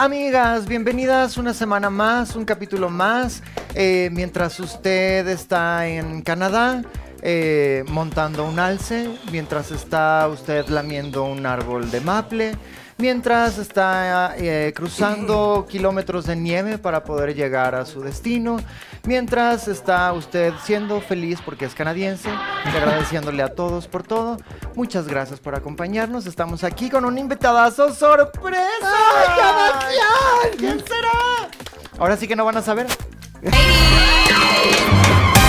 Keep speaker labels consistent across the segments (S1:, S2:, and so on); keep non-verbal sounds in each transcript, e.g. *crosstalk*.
S1: Amigas, bienvenidas una semana más, un capítulo más. Eh, mientras usted está en Canadá eh, montando un alce, mientras está usted lamiendo un árbol de maple, mientras está eh, cruzando kilómetros de nieve para poder llegar a su destino, mientras está usted siendo feliz porque es canadiense, y agradeciéndole a todos por todo. Muchas gracias por acompañarnos. Estamos aquí con un invitadazo sorpresa. ¡Sebastián! ¿Quién será? Ahora sí que no van a saber.
S2: ¡Ay,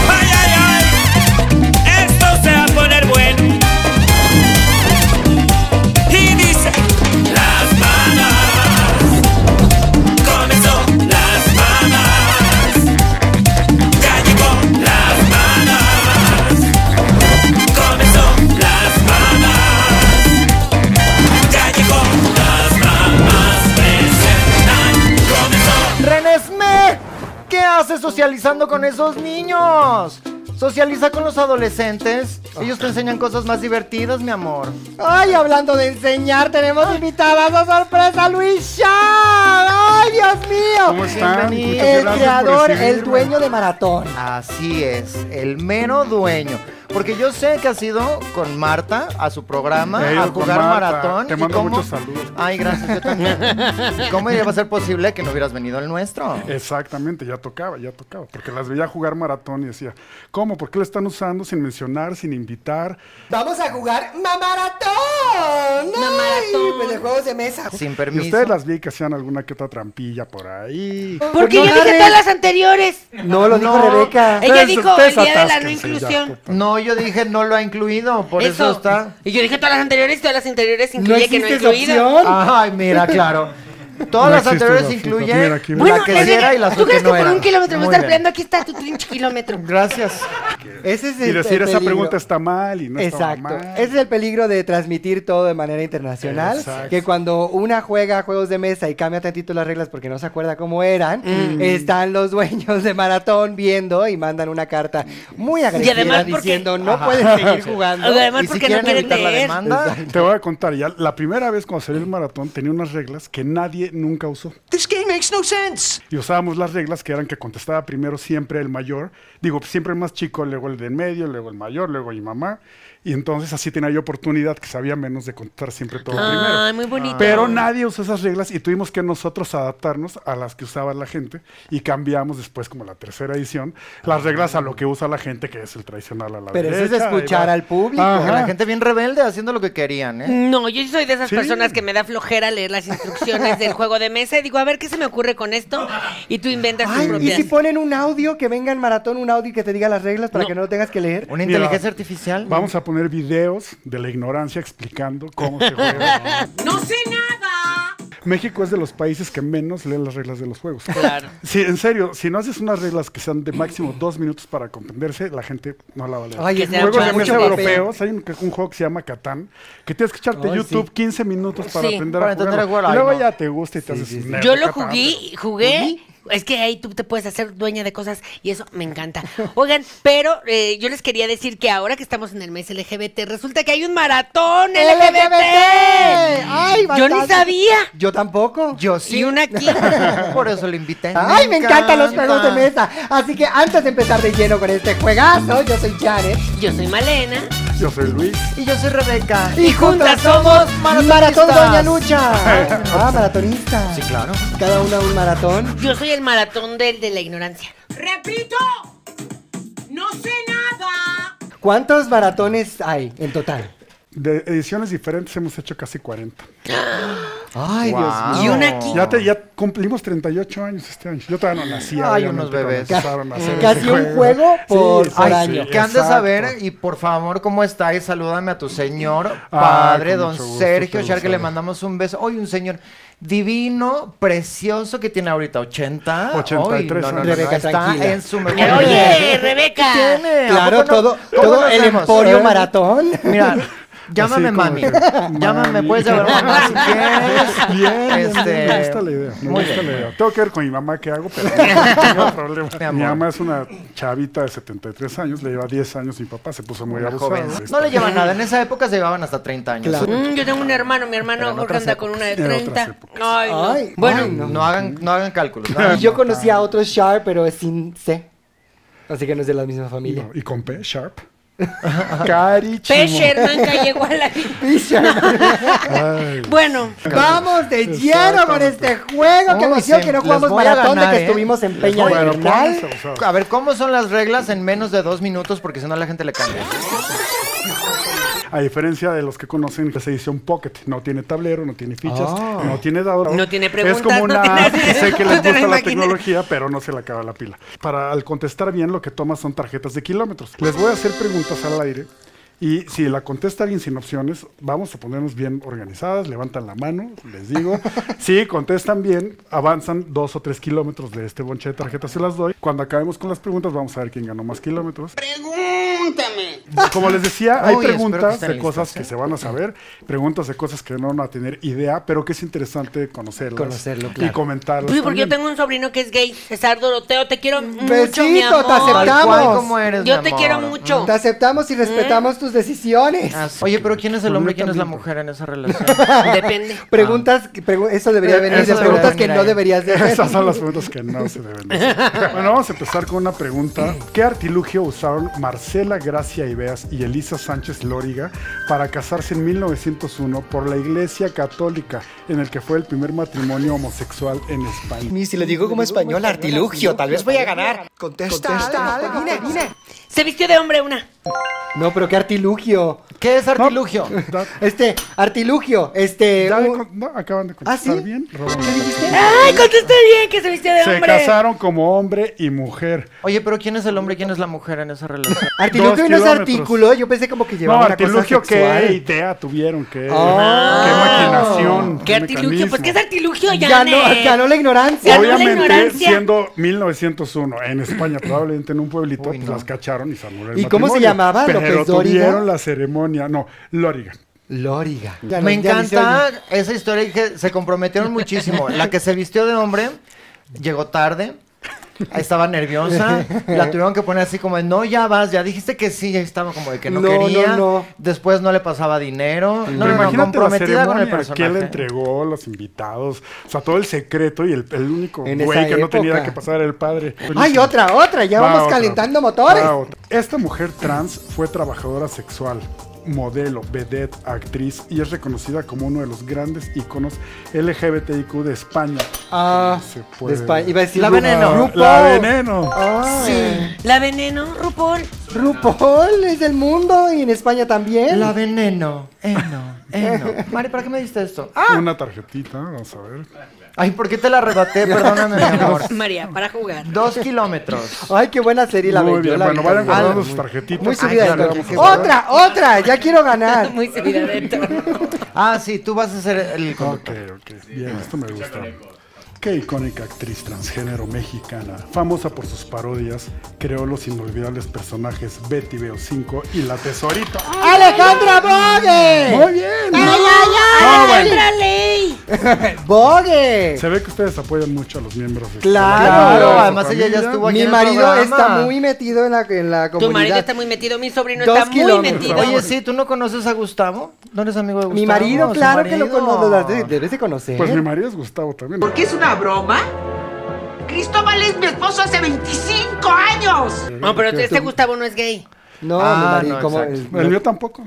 S2: ay, ay! Esto se va a poner bueno. Y dice: Las manas. Comenzó las manas. Ya llegó las manas. Comenzó las manas. Ya llegó las manas. Presentan. Comenzó.
S1: ¡Renesme! ¿Qué haces socializando con esos niños? Socializa con los adolescentes. Ellos te enseñan cosas más divertidas, mi amor.
S3: Ay, hablando de enseñar, tenemos invitadas a sorpresa Luis Shaw. Ay, Dios
S4: *laughs*
S3: mío.
S4: ¿Cómo están?
S1: Bienvenido.
S4: Muchas gracias
S3: El
S4: por
S3: creador, el
S4: recibirme.
S3: dueño de maratón.
S1: Así es, el mero dueño. Porque yo sé que has ido con Marta a su programa
S4: He ido
S1: a
S4: con
S1: jugar
S4: Marta.
S1: maratón.
S4: Te
S1: ¿Y
S4: mando
S1: cómo-
S4: muchos saludos.
S1: Ay, gracias, yo
S4: *laughs*
S1: también. ¿Y ¿Cómo iba a ser posible que no hubieras venido al nuestro?
S4: Eh, Exactamente, ya tocaba, ya tocaba, porque las veía jugar maratón y decía, ¿cómo? ¿Por qué la están usando sin mencionar, sin invitar?
S3: Vamos a jugar mamaratón. Mamaratón. Pues de juegos de mesa.
S1: Sin
S4: Y
S1: permiso.
S4: ustedes las vi que hacían alguna que otra trampilla por ahí. Pues
S5: ¿Por qué
S3: no
S5: yo dije
S3: agarres.
S5: todas las anteriores?
S3: No, lo dijo
S1: No.
S3: Rebeca.
S5: Ella
S4: Ustedes-
S5: dijo
S4: ustedes
S5: "Oh, el día de la no
S4: atásquense, ya,
S5: inclusión.
S4: total.
S1: No, yo dije no lo ha incluido, por eso, está.
S5: Y yo dije todas las anteriores, todas las anteriores
S3: No
S5: incluye que no
S3: existe esa
S5: incluida.
S3: opción.
S1: Ay, mira, claro. Todas
S4: No
S1: las
S4: existe
S1: anteriores
S4: la fruta.
S1: incluyen
S4: Mira, aquí-
S1: la
S5: Bueno,
S1: que
S5: les
S1: sí era
S5: dije,
S1: y las
S5: ¿tú
S1: que
S5: crees que
S1: no
S5: por
S1: eran.
S5: un kilómetro me
S1: Muy
S5: estar
S1: bien.
S5: peleando? Aquí está tu pinche
S1: *laughs*
S5: kilómetro.
S1: Gracias. Ese es el
S4: Y decir
S1: el
S4: esa
S1: peligro.
S4: pregunta está mal y no está
S3: Exacto.
S4: mal.
S3: Ese es el peligro de transmitir todo de manera internacional.
S4: Exacto.
S3: Que cuando una juega juegos de mesa y cambia tantito las reglas porque no se acuerda cómo eran,
S5: Mm.
S3: están los dueños de maratón viendo y mandan una carta muy agresiva
S5: además porque-
S3: diciendo no
S1: Ajá.
S3: puedes seguir
S5: *laughs*
S3: jugando.
S5: Además,
S1: Y si
S5: porque no
S1: quieren
S5: quieren
S1: evitar la
S5: leer.
S1: demanda,
S4: *clears throat* Te voy a contar, ya la primera vez cuando salió el maratón tenía unas reglas que nadie nunca usó.
S6: This game makes no sense.
S4: Y usábamos las reglas que eran que contestaba primero siempre el mayor, digo, siempre el más chico, luego el de en medio, luego el mayor, luego mi mamá. Y entonces así tenía yo oportunidad, que sabía menos de contestar siempre todo
S3: Ah.
S5: Ay,
S4: primero.
S5: muy bonito.
S4: Pero nadie usó esas reglas y tuvimos que nosotros adaptarnos a las que usaba la gente y cambiamos después, como la tercera edición, las reglas a lo que usa la gente, que es el tradicional a la
S3: Pero eso es
S4: derecha, ahí
S3: escuchar
S4: va.
S3: al público.
S4: Ajá.
S1: la gente bien rebelde haciendo lo que querían, ¿eh?
S5: No, yo soy de esas
S4: Sí.
S5: personas que me da flojera leer las instrucciones del juego de mesa y digo, a ver, ¿qué se me ocurre con esto? Y tú inventas tus
S3: Ay, y
S5: propias.
S3: si ponen un audio que venga en maratón, un audio que te diga las reglas para
S5: No.
S3: que no lo tengas que leer.
S1: Una
S4: Mira,
S1: inteligencia artificial.
S4: Vamos a poner videos de la ignorancia explicando cómo se juega.
S5: *laughs* ¡No sé nada!
S4: México es de los países que menos leen las reglas de los juegos.
S5: Claro.
S4: Sí, en serio, si no haces unas reglas que sean de máximo dos minutos para comprenderse, la gente no la va a leer.
S3: Ay,
S5: Que
S3: es
S5: sea
S4: Juegos de mesa
S5: mucho papel.
S4: europeos, hay un, un juego que se llama Catán, que tienes que echarte
S3: Ay,
S4: YouTube
S3: sí.
S4: 15 minutos para
S5: Sí.
S4: aprender
S1: Para
S4: a jugarlo.
S1: entender a jugar, ay,
S4: Y luego
S1: no.
S4: ya te gusta y te haces un nerd
S5: Yo
S4: de
S5: lo
S4: Catán,
S5: jugué, jugué. Es que ahí tú te puedes hacer dueña de cosas y eso me encanta. Oigan, pero eh, yo les quería decir que ahora que estamos en el mes LGBT, resulta que hay un maratón LGBT.
S3: ¡Ay,
S5: yo ni
S3: bastante.
S5: sabía.
S3: Yo tampoco.
S1: Yo sí.
S5: Y una aquí.
S1: *laughs* Por eso lo invité.
S3: Ay, me encantan los juegos de
S1: encanta.
S3: mesa. Así que antes de empezar de lleno con este juegazo, yo soy Janet.
S5: Yo soy Malena.
S4: pero- Yo soy Luis.
S1: Y yo soy Rebeca.
S3: Y juntas somos Maratón
S1: maratonistas.
S3: Doña Lucha.
S1: *laughs*
S3: Ah, maratonista.
S1: Sí, claro.
S3: Cada una un maratón.
S5: Yo soy el maratón del de la ignorancia.
S7: Repito, no sé nada.
S3: ¿Cuántos maratones hay en total?
S4: De ediciones diferentes hemos hecho casi 40.
S3: Ay, Dios mío.
S5: Y una aquí.
S4: Ya, te- ya cumplimos 38 años este año. Yo todavía no nacía.
S1: Ay, unos
S4: obviamente,
S1: bebés.
S4: cuando empezaron a hacer
S3: Casi
S4: ese
S3: un juego por- por
S4: sí,
S3: año.
S4: sí,
S1: Que han de
S4: exacto.
S1: saber, y por favor, ¿cómo está? Y salúdame a tu señor, padre,
S4: con
S1: don
S4: mucho gusto, te
S1: Sergio
S4: lo
S1: Char, que le
S4: saludo.
S1: mandamos un beso. Hoy un señor divino, precioso, que tiene ahorita 80.
S4: 83
S1: Hoy, no, no, no,
S4: años.
S1: no,
S3: Rebeca,
S1: está
S3: tranquila.
S1: en su mejor
S5: Eh,
S1: nivel.
S5: Oye, Rebeca.
S1: ¿Qué tiene? Eh, ¿A
S3: Claro,
S1: poco no-
S3: todo,
S1: cómo
S3: todo
S1: nos
S3: el
S1: vemos? *laughs*
S3: emporio
S1: ¿Eh?
S3: maratón.
S1: Mira, Llámame
S4: Así *laughs*
S1: mami.
S4: como que,
S1: Llámame,
S4: mami.
S1: puedes llamar mamá si quieres.
S4: *laughs* Bien,
S1: Este,
S4: me gusta la idea. Me
S1: muy
S4: gusta
S1: bien.
S4: la idea. Tengo que ver con mi mamá qué hago,
S1: *laughs*
S4: pero no tengo problema.
S1: Mi amor.
S4: Mi mamá es una chavita de 73 años, le lleva 10 años mi papá, se puso muy
S1: Una
S4: abusado. este,
S1: joven. No le llevan nada. En esa época se llevaban hasta 30 años.
S3: Claro.
S5: Mm, yo tengo un hermano, mi hermano
S1: en
S5: Jorge
S1: otras
S5: anda con una de
S4: En otras
S5: 30.
S4: épocas.
S5: Ay, no.
S3: Ay,
S5: bueno,
S3: ay,
S1: No, hagan, no hagan cálculos. no
S3: Y
S1: hagan-
S3: yo conocí a otro Sharp, pero es sin C. Así que no es de la misma familia.
S4: No, y con P,
S1: *laughs*
S4: Sharp. Cari,
S5: P. Sherman que llegó a la...
S3: Y *laughs* Sharp.
S5: Bueno,
S3: Vamos de lleno con este juego que
S1: No,
S3: nos hizo
S1: sí,
S3: que no
S1: les
S3: jugamos
S1: voy a
S3: maratón de
S1: ganar,
S3: que
S1: ¿eh?
S3: estuvimos en Peña
S4: voy a
S3: del
S4: ganar.
S3: Bernal.
S1: A ver, ¿cómo son las reglas en menos de dos minutos? Porque si no la gente le cambia.
S4: A diferencia de los que conocen esa edición Pocket, no tiene tablero, no tiene fichas, no tiene dado.
S5: No tiene preguntas,
S4: Es como
S5: no
S4: una
S5: tiene-
S4: app que *laughs* sé que les
S5: *laughs* No te
S4: gusta
S5: lo
S4: la
S5: imaginas.
S4: tecnología, pero no se le acaba la pila. Para al contestar bien, lo que tomas son tarjetas de kilómetros. Les voy a hacer preguntas al aire. Y si la contesta alguien sin opciones, vamos a ponernos bien organizadas, levantan la mano, les digo. Si contestan bien, avanzan dos o tres kilómetros de este bonche de tarjetas, se las doy. Cuando acabemos con las preguntas, vamos a ver quién ganó más kilómetros.
S7: Pregúntame.
S4: Como les decía, hay
S1: Uy, espero que
S4: preguntas
S1: estén
S4: de
S1: listos,
S4: cosas
S1: ¿eh?
S4: que se van a saber, preguntas de cosas que no van a tener idea, pero que es interesante conocerlas
S3: Conocerlo,
S4: y
S3: claro.
S4: comentarlas.
S5: uy, porque yo
S4: también.
S5: tengo un sobrino que es gay, César Doroteo, te quiero mucho,
S3: Besito,
S5: mi
S3: te
S5: amor.
S1: Tal
S3: aceptamos.
S1: cual como eres,
S5: Yo
S1: mi
S5: te
S1: amor.
S5: quiero mucho.
S3: Te aceptamos y respetamos tus decisiones.
S1: Así Oye, pero ¿quién es el hombre y quién es la
S4: también.
S1: mujer en esa relación?
S5: *laughs* Depende.
S3: Preguntas, que- pregu- eso debería
S1: Eh, Eso
S3: venir de
S1: debería
S3: preguntas
S1: venir
S3: que
S1: ahí.
S3: no
S1: *laughs*
S4: *laughs*
S3: deberías de hacer.
S4: Esas son
S3: *laughs*
S4: las preguntas que no se deben de
S5: *laughs*
S4: hacer. Bueno, vamos a empezar con una pregunta. ¿Qué artilugio usaron Marcela Gracia Ibeas y Elisa Sánchez Lóriga para casarse en 1901 por la Iglesia Católica, en el que fue el primer matrimonio homosexual en España?
S6: Y si le digo como español, artilugio, tal vez voy a ganar. Contesta, algo, dime, dime.
S5: Se vistió de hombre una.
S3: No, pero qué artilugio.
S1: ¿Qué es artilugio?
S4: Da-
S3: Este, artilugio, este.
S4: ya
S3: un-
S4: de- no, acaban de contestar
S3: ¿sí?
S4: bien. roban
S3: ¿Qué
S4: la
S3: dijiste?
S5: Ay, contesté bien que se vistió de
S4: Se
S5: hombre.
S4: casaron como hombre y mujer.
S1: Oye, pero ¿quién es el hombre y quién es la mujer en esa relación?
S3: Artilugio
S4: Dos
S3: no es
S4: kilómetros.
S3: artículo, yo pensé como que
S4: No,
S3: llevaba una cosa
S4: artilugio,
S3: sexual.
S4: qué idea tuvieron, qué,
S3: Ah.
S4: qué maquinación.
S5: Oh. ¿Qué artilugio? Pues, ¿qué es artilugio, ya
S3: Ganó, ganó la ignorancia.
S5: Ganó la
S4: Obviamente,
S5: ignorancia.
S4: siendo 1901, en España, probablemente en un pueblito,
S1: Uy,
S4: pues,
S1: no.
S4: las cacharon y se anuló el
S3: ¿Y cómo se
S4: matrimonio.
S3: llamaba?
S4: Pero
S3: ¿López Dóriga?
S4: tuvieron la ceremonia, no, Lóriga.
S3: Lóriga. Ya no-
S1: Me
S3: ya ni se oye.
S1: encanta esa historia y que se comprometieron muchísimo. La que se vistió de hombre llegó tarde. Estaba nerviosa, la tuvieron que poner así como de, no, ya vas, ya dijiste que sí, ya estaba como de que no,
S3: No, no,
S1: quería,
S3: no.
S1: después no le pasaba dinero, no,
S4: Pero
S1: no, no,
S4: imagínate la
S1: comprometida con el
S4: ceremonia,
S1: personaje.
S4: quién le entregó, los invitados, o sea, todo el secreto y el, el único
S3: En
S4: güey
S3: esa
S4: que no tenía
S3: época.
S4: que pasar era el padre.
S3: Ay, otra, otra, ya
S4: Va
S3: vamos
S4: otra.
S3: calentando motores.
S4: Va otra. Esta mujer trans fue trabajadora sexual, modelo, vedette, actriz y es reconocida como uno de los grandes íconos LGBTIQ de España.
S3: Ah,
S4: No se puede.
S3: de España. Iba a decir
S1: La
S3: Ru-
S1: Veneno.
S3: RuPaul.
S4: La veneno.
S3: Ay,
S5: La veneno, Rupol.
S3: RuPaul es del mundo y en España también.
S1: La veneno, eno, eno. Mari, ¿para qué me diste esto? Ah,
S4: Una tarjetita, vamos a ver.
S1: Ay, ¿por qué te la arrebaté? Perdóname, mi
S4: *laughs*
S1: amor.
S5: *laughs* María, para jugar.
S1: Dos kilómetros.
S3: Ay, qué buena serie la
S4: Muy
S3: ve- yo
S4: bien,
S3: la
S4: bueno,
S3: vi
S4: vayan
S3: también.
S4: guardando sus tarjetitas.
S3: Muy
S4: Ah,
S3: subida de
S4: claro,
S3: tono.
S4: vamos a guardar.
S3: Otra, otra, ya quiero ganar.
S5: Muy subida de tono.
S1: Ah, sí, tú vas a ser el
S4: Ok,
S1: conductor.
S4: ok. Bien, esto me gusta. Qué icónica actriz transgénero mexicana, famosa por sus parodias, creó los inolvidables personajes Betty Veo 5 y La Tesorita.
S3: ¡Alejandra Bogue!
S4: Muy bien.
S5: ¡Ay,
S4: Ah,
S5: ay, ay!
S4: bueno.
S5: ¡Entra ley!
S3: ¡Bogue!
S4: Se ve que ustedes apoyan mucho a los miembros. de-
S3: Claro.
S4: de
S1: Claro,
S4: su
S1: además ella ya
S4: familia.
S1: estuvo aquí
S3: Mi
S1: en el
S3: marido
S1: programa.
S3: está muy metido en la, en la comunidad.
S5: Tu marido está muy metido, mi sobrino
S3: Dos
S5: está muy
S3: kilómetros.
S5: metido.
S1: Oye, sí, ¿tú no conoces a Gustavo? ¿No eres amigo de Gustavo?
S3: Mi marido,
S1: ¿Su
S3: claro que lo
S1: marido?
S3: conozco. de- Debes de conocer.
S4: Pues mi marido es Gustavo también.
S7: ¿Por qué es una broma? Cristóbal es mi esposo hace 25 años.
S5: No, pero este Gustavo no es gay.
S3: no, mi
S1: Ah,
S3: marido,
S1: no,
S3: como.
S1: exacto.
S4: El mío tampoco.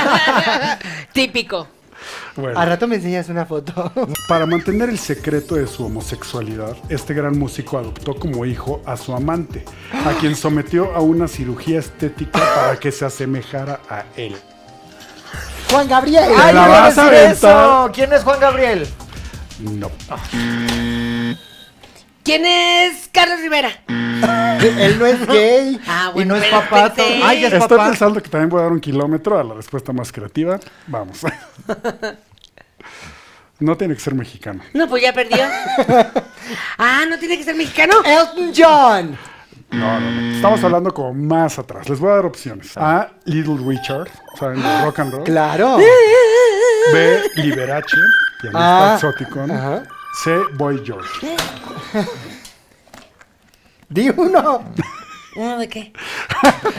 S5: *laughs* Típico.
S4: Bueno.
S3: A rato me enseñas una foto.
S4: Para mantener el secreto de su homosexualidad, este gran músico adoptó como hijo a su amante, a quien sometió a una cirugía estética para que se asemejara a él.
S3: Juan Gabriel.
S1: ¡Ay,
S4: la
S1: no
S4: vas a
S1: a decir eso!
S4: aventar.
S1: ¿Quién es Juan Gabriel?
S4: No.
S5: ¿Quién es Carlos Rivera?
S3: él no es gay.
S5: Ah,
S1: Y no es
S5: pero
S1: papato.
S5: pensé.
S1: Ay, ya es
S4: Estoy
S1: papá.
S4: pensando que también voy a dar un kilómetro a la respuesta más creativa. Vamos. *laughs* No tiene que ser mexicano.
S1: *laughs* Eh.
S5: No, pues ya perdió. ah, no tiene que ser mexicano.
S3: Elton John.
S4: No, no,
S3: Mm.
S4: no. Estamos hablando como más atrás. Les voy a dar opciones.
S3: Ah.
S4: A. Little Richard, ¿saben? De rock and roll.
S3: Claro.
S4: B. Liberace, pianista
S3: Ah.
S4: exótico. ¿no?
S3: Ajá.
S4: C. Boy George.
S3: Di uno.
S5: ¿Uno de qué?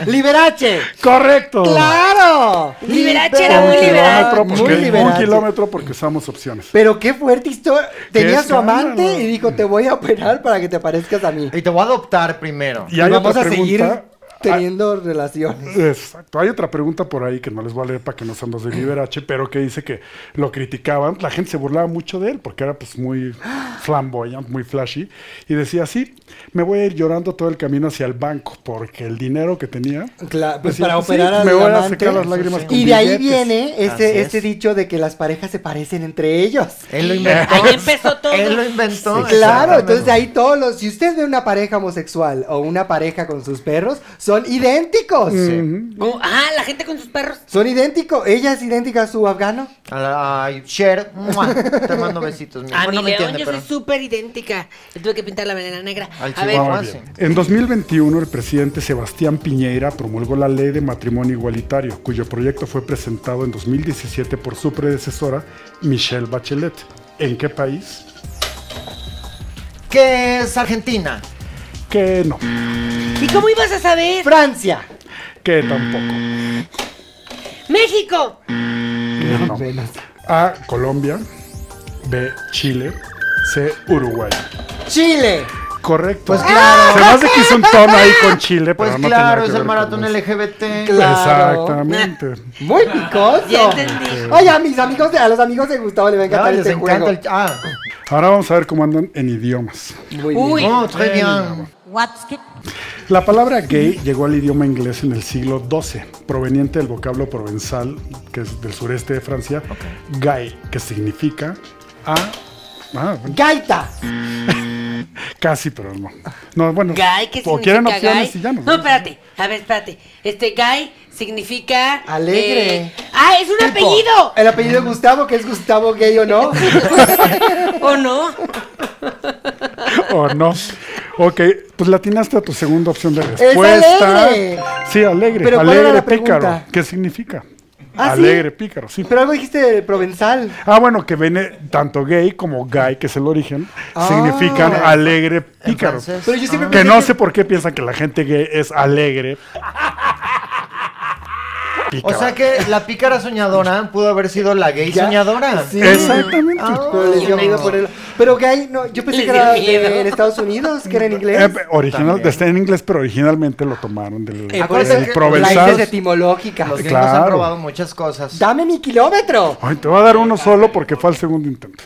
S3: Liberache.
S4: ¡Correcto!
S3: Claro.
S5: Liberace era muy
S4: Un
S5: liberal.
S4: kilómetro, porque,
S3: Muy
S4: un
S3: Liberace.
S4: kilómetro porque usamos opciones.
S3: Pero qué fuerte historia. Tenía su
S4: escándalo.
S3: amante y dijo, te voy a operar para que te parezcas a mí.
S1: Y te voy a adoptar primero.
S4: Y hay
S3: vamos
S4: otra
S3: a seguir
S4: pregunta. Ah.
S3: teniendo relaciones.
S4: Exacto. Hay otra pregunta por ahí que no les voy a leer para que no sean los de Liberace, pero que dice que lo criticaban. La gente se burlaba mucho de él porque era pues muy flamboyant, muy flashy. Y decía, sí, me voy a ir llorando todo el camino hacia el banco porque el dinero que tenía...
S3: Cla- pues
S4: Decía,
S3: para
S4: "Pues sí,
S3: operar al
S4: Me voy a
S3: amante".
S4: secar las lágrimas con
S3: Y de ahí
S4: billetes".
S3: viene
S1: Así
S3: este,
S1: es.
S3: este dicho de que las parejas se parecen entre ellos.
S1: Él lo inventó.
S5: Ahí empezó todo.
S1: Él lo inventó.
S3: Claro, entonces de
S1: ahí
S3: ahí todos los. Si usted ve una pareja homosexual o una pareja con sus perros, son idénticos.
S5: Oh, ah, la gente con sus perros.
S3: Son idénticos. Ella es idéntica a su afgano.
S1: A la- ay, Cher, ¡mua! te mando besitos. Mi
S4: Ah,
S5: A
S1: amor, no
S5: Ah, mi
S1: me
S5: león
S1: entiende,
S5: yo
S1: pero...
S5: soy súper idéntica. Le tuve que pintar la melena negra.
S1: Al
S5: A ver,
S1: chihuahua.
S4: Vamos
S1: Ah,
S4: bien.
S1: sí.
S4: En 2021, el presidente Sebastián Piñera promulgó la Ley de Matrimonio Igualitario, cuyo proyecto fue presentado en 2017 por su predecesora, Michelle Bachelet. ¿En qué país?
S1: ¿Qué es Argentina?
S4: Que no,
S5: ¿y cómo ibas a saber?
S3: Francia.
S4: que tampoco.
S5: ¡México!
S4: No. A. Colombia. B. Chile. C. Uruguay.
S3: Chile.
S4: Correcto.
S1: Pues claro.
S4: Se me hace que hizo un tono ahí
S1: *laughs*
S4: con Chile,
S1: Pues
S4: pero no tenía
S1: claro,
S4: que
S1: es
S4: ver
S1: el
S4: con
S1: maratón
S4: eso.
S1: LGBT.
S3: Claro.
S4: Exactamente.
S3: Muy picoso.
S5: Ya entendí.
S3: Oye, a mis amigos, de- a los amigos de Gustavo les va a encantar
S1: Ay, les
S3: este
S1: encanta
S3: juego.
S1: el... Ah,
S4: Ahora vamos a ver cómo andan en idiomas.
S3: Muy bien.
S5: Uy,
S1: no, très oh, bien.
S4: La palabra gay llegó al idioma inglés en el siglo XII, proveniente del vocablo provenzal, que es del sureste de Francia, gay, que significa a... Ah, bueno,
S3: Gaita.
S4: casi, pero no. No, bueno,
S5: Guy, ¿qué
S4: o quieren
S5: significa
S4: opciones
S5: guy?
S4: y ya no.
S5: No, espérate. A ver, espérate. Este guy significa...
S3: Alegre.
S5: eh, ¡Ah, es un
S1: *laughs*
S3: Tipo,
S5: apellido! *laughs*
S3: El apellido de Gustavo, que es Gustavo gay o no.
S5: ¿O no?
S4: *laughs* o no. Ok, pues latinaste a tu segunda opción de respuesta.
S3: alegre.
S4: Sí, alegre.
S3: Pero ¿cuál era
S4: alegre
S3: la pregunta?
S4: pícaro. ¿Qué significa?
S3: ¿Ah, sí?
S4: alegre pícaro, sí.
S3: Pero algo dijiste de provenzal.
S4: Ah, bueno, que viene tanto gay como gay, que es el origen,
S3: Ah.
S4: significan alegre pícaro.
S1: Entonces, ah.
S3: Pero yo siempre
S4: Que
S3: pensé
S4: no sé por qué piensan que la gente gay es alegre.
S1: O
S4: Pícara.
S1: sea que la pícara soñadora pudo haber sido la gay
S3: Ya.
S1: soñadora.
S3: Sí.
S4: Exactamente.
S1: Ah.
S3: Pero les dio miedo ponerlo. Pero gay, no, yo pensé
S5: Les
S3: que era
S5: dio miedo.
S3: de- en Estados Unidos, que era en
S4: Eh,
S3: inglés.
S4: original,
S1: También.
S4: está en inglés, pero originalmente lo tomaron del,
S3: Eh, por
S1: acuérdate
S4: del
S1: que
S3: La
S4: Ah, provenzal.
S3: es etimológica.
S1: Los gringos han
S4: Claro.
S1: probado muchas cosas.
S3: Dame mi kilómetro.
S4: Ay, te voy a dar uno solo porque fue al segundo intento.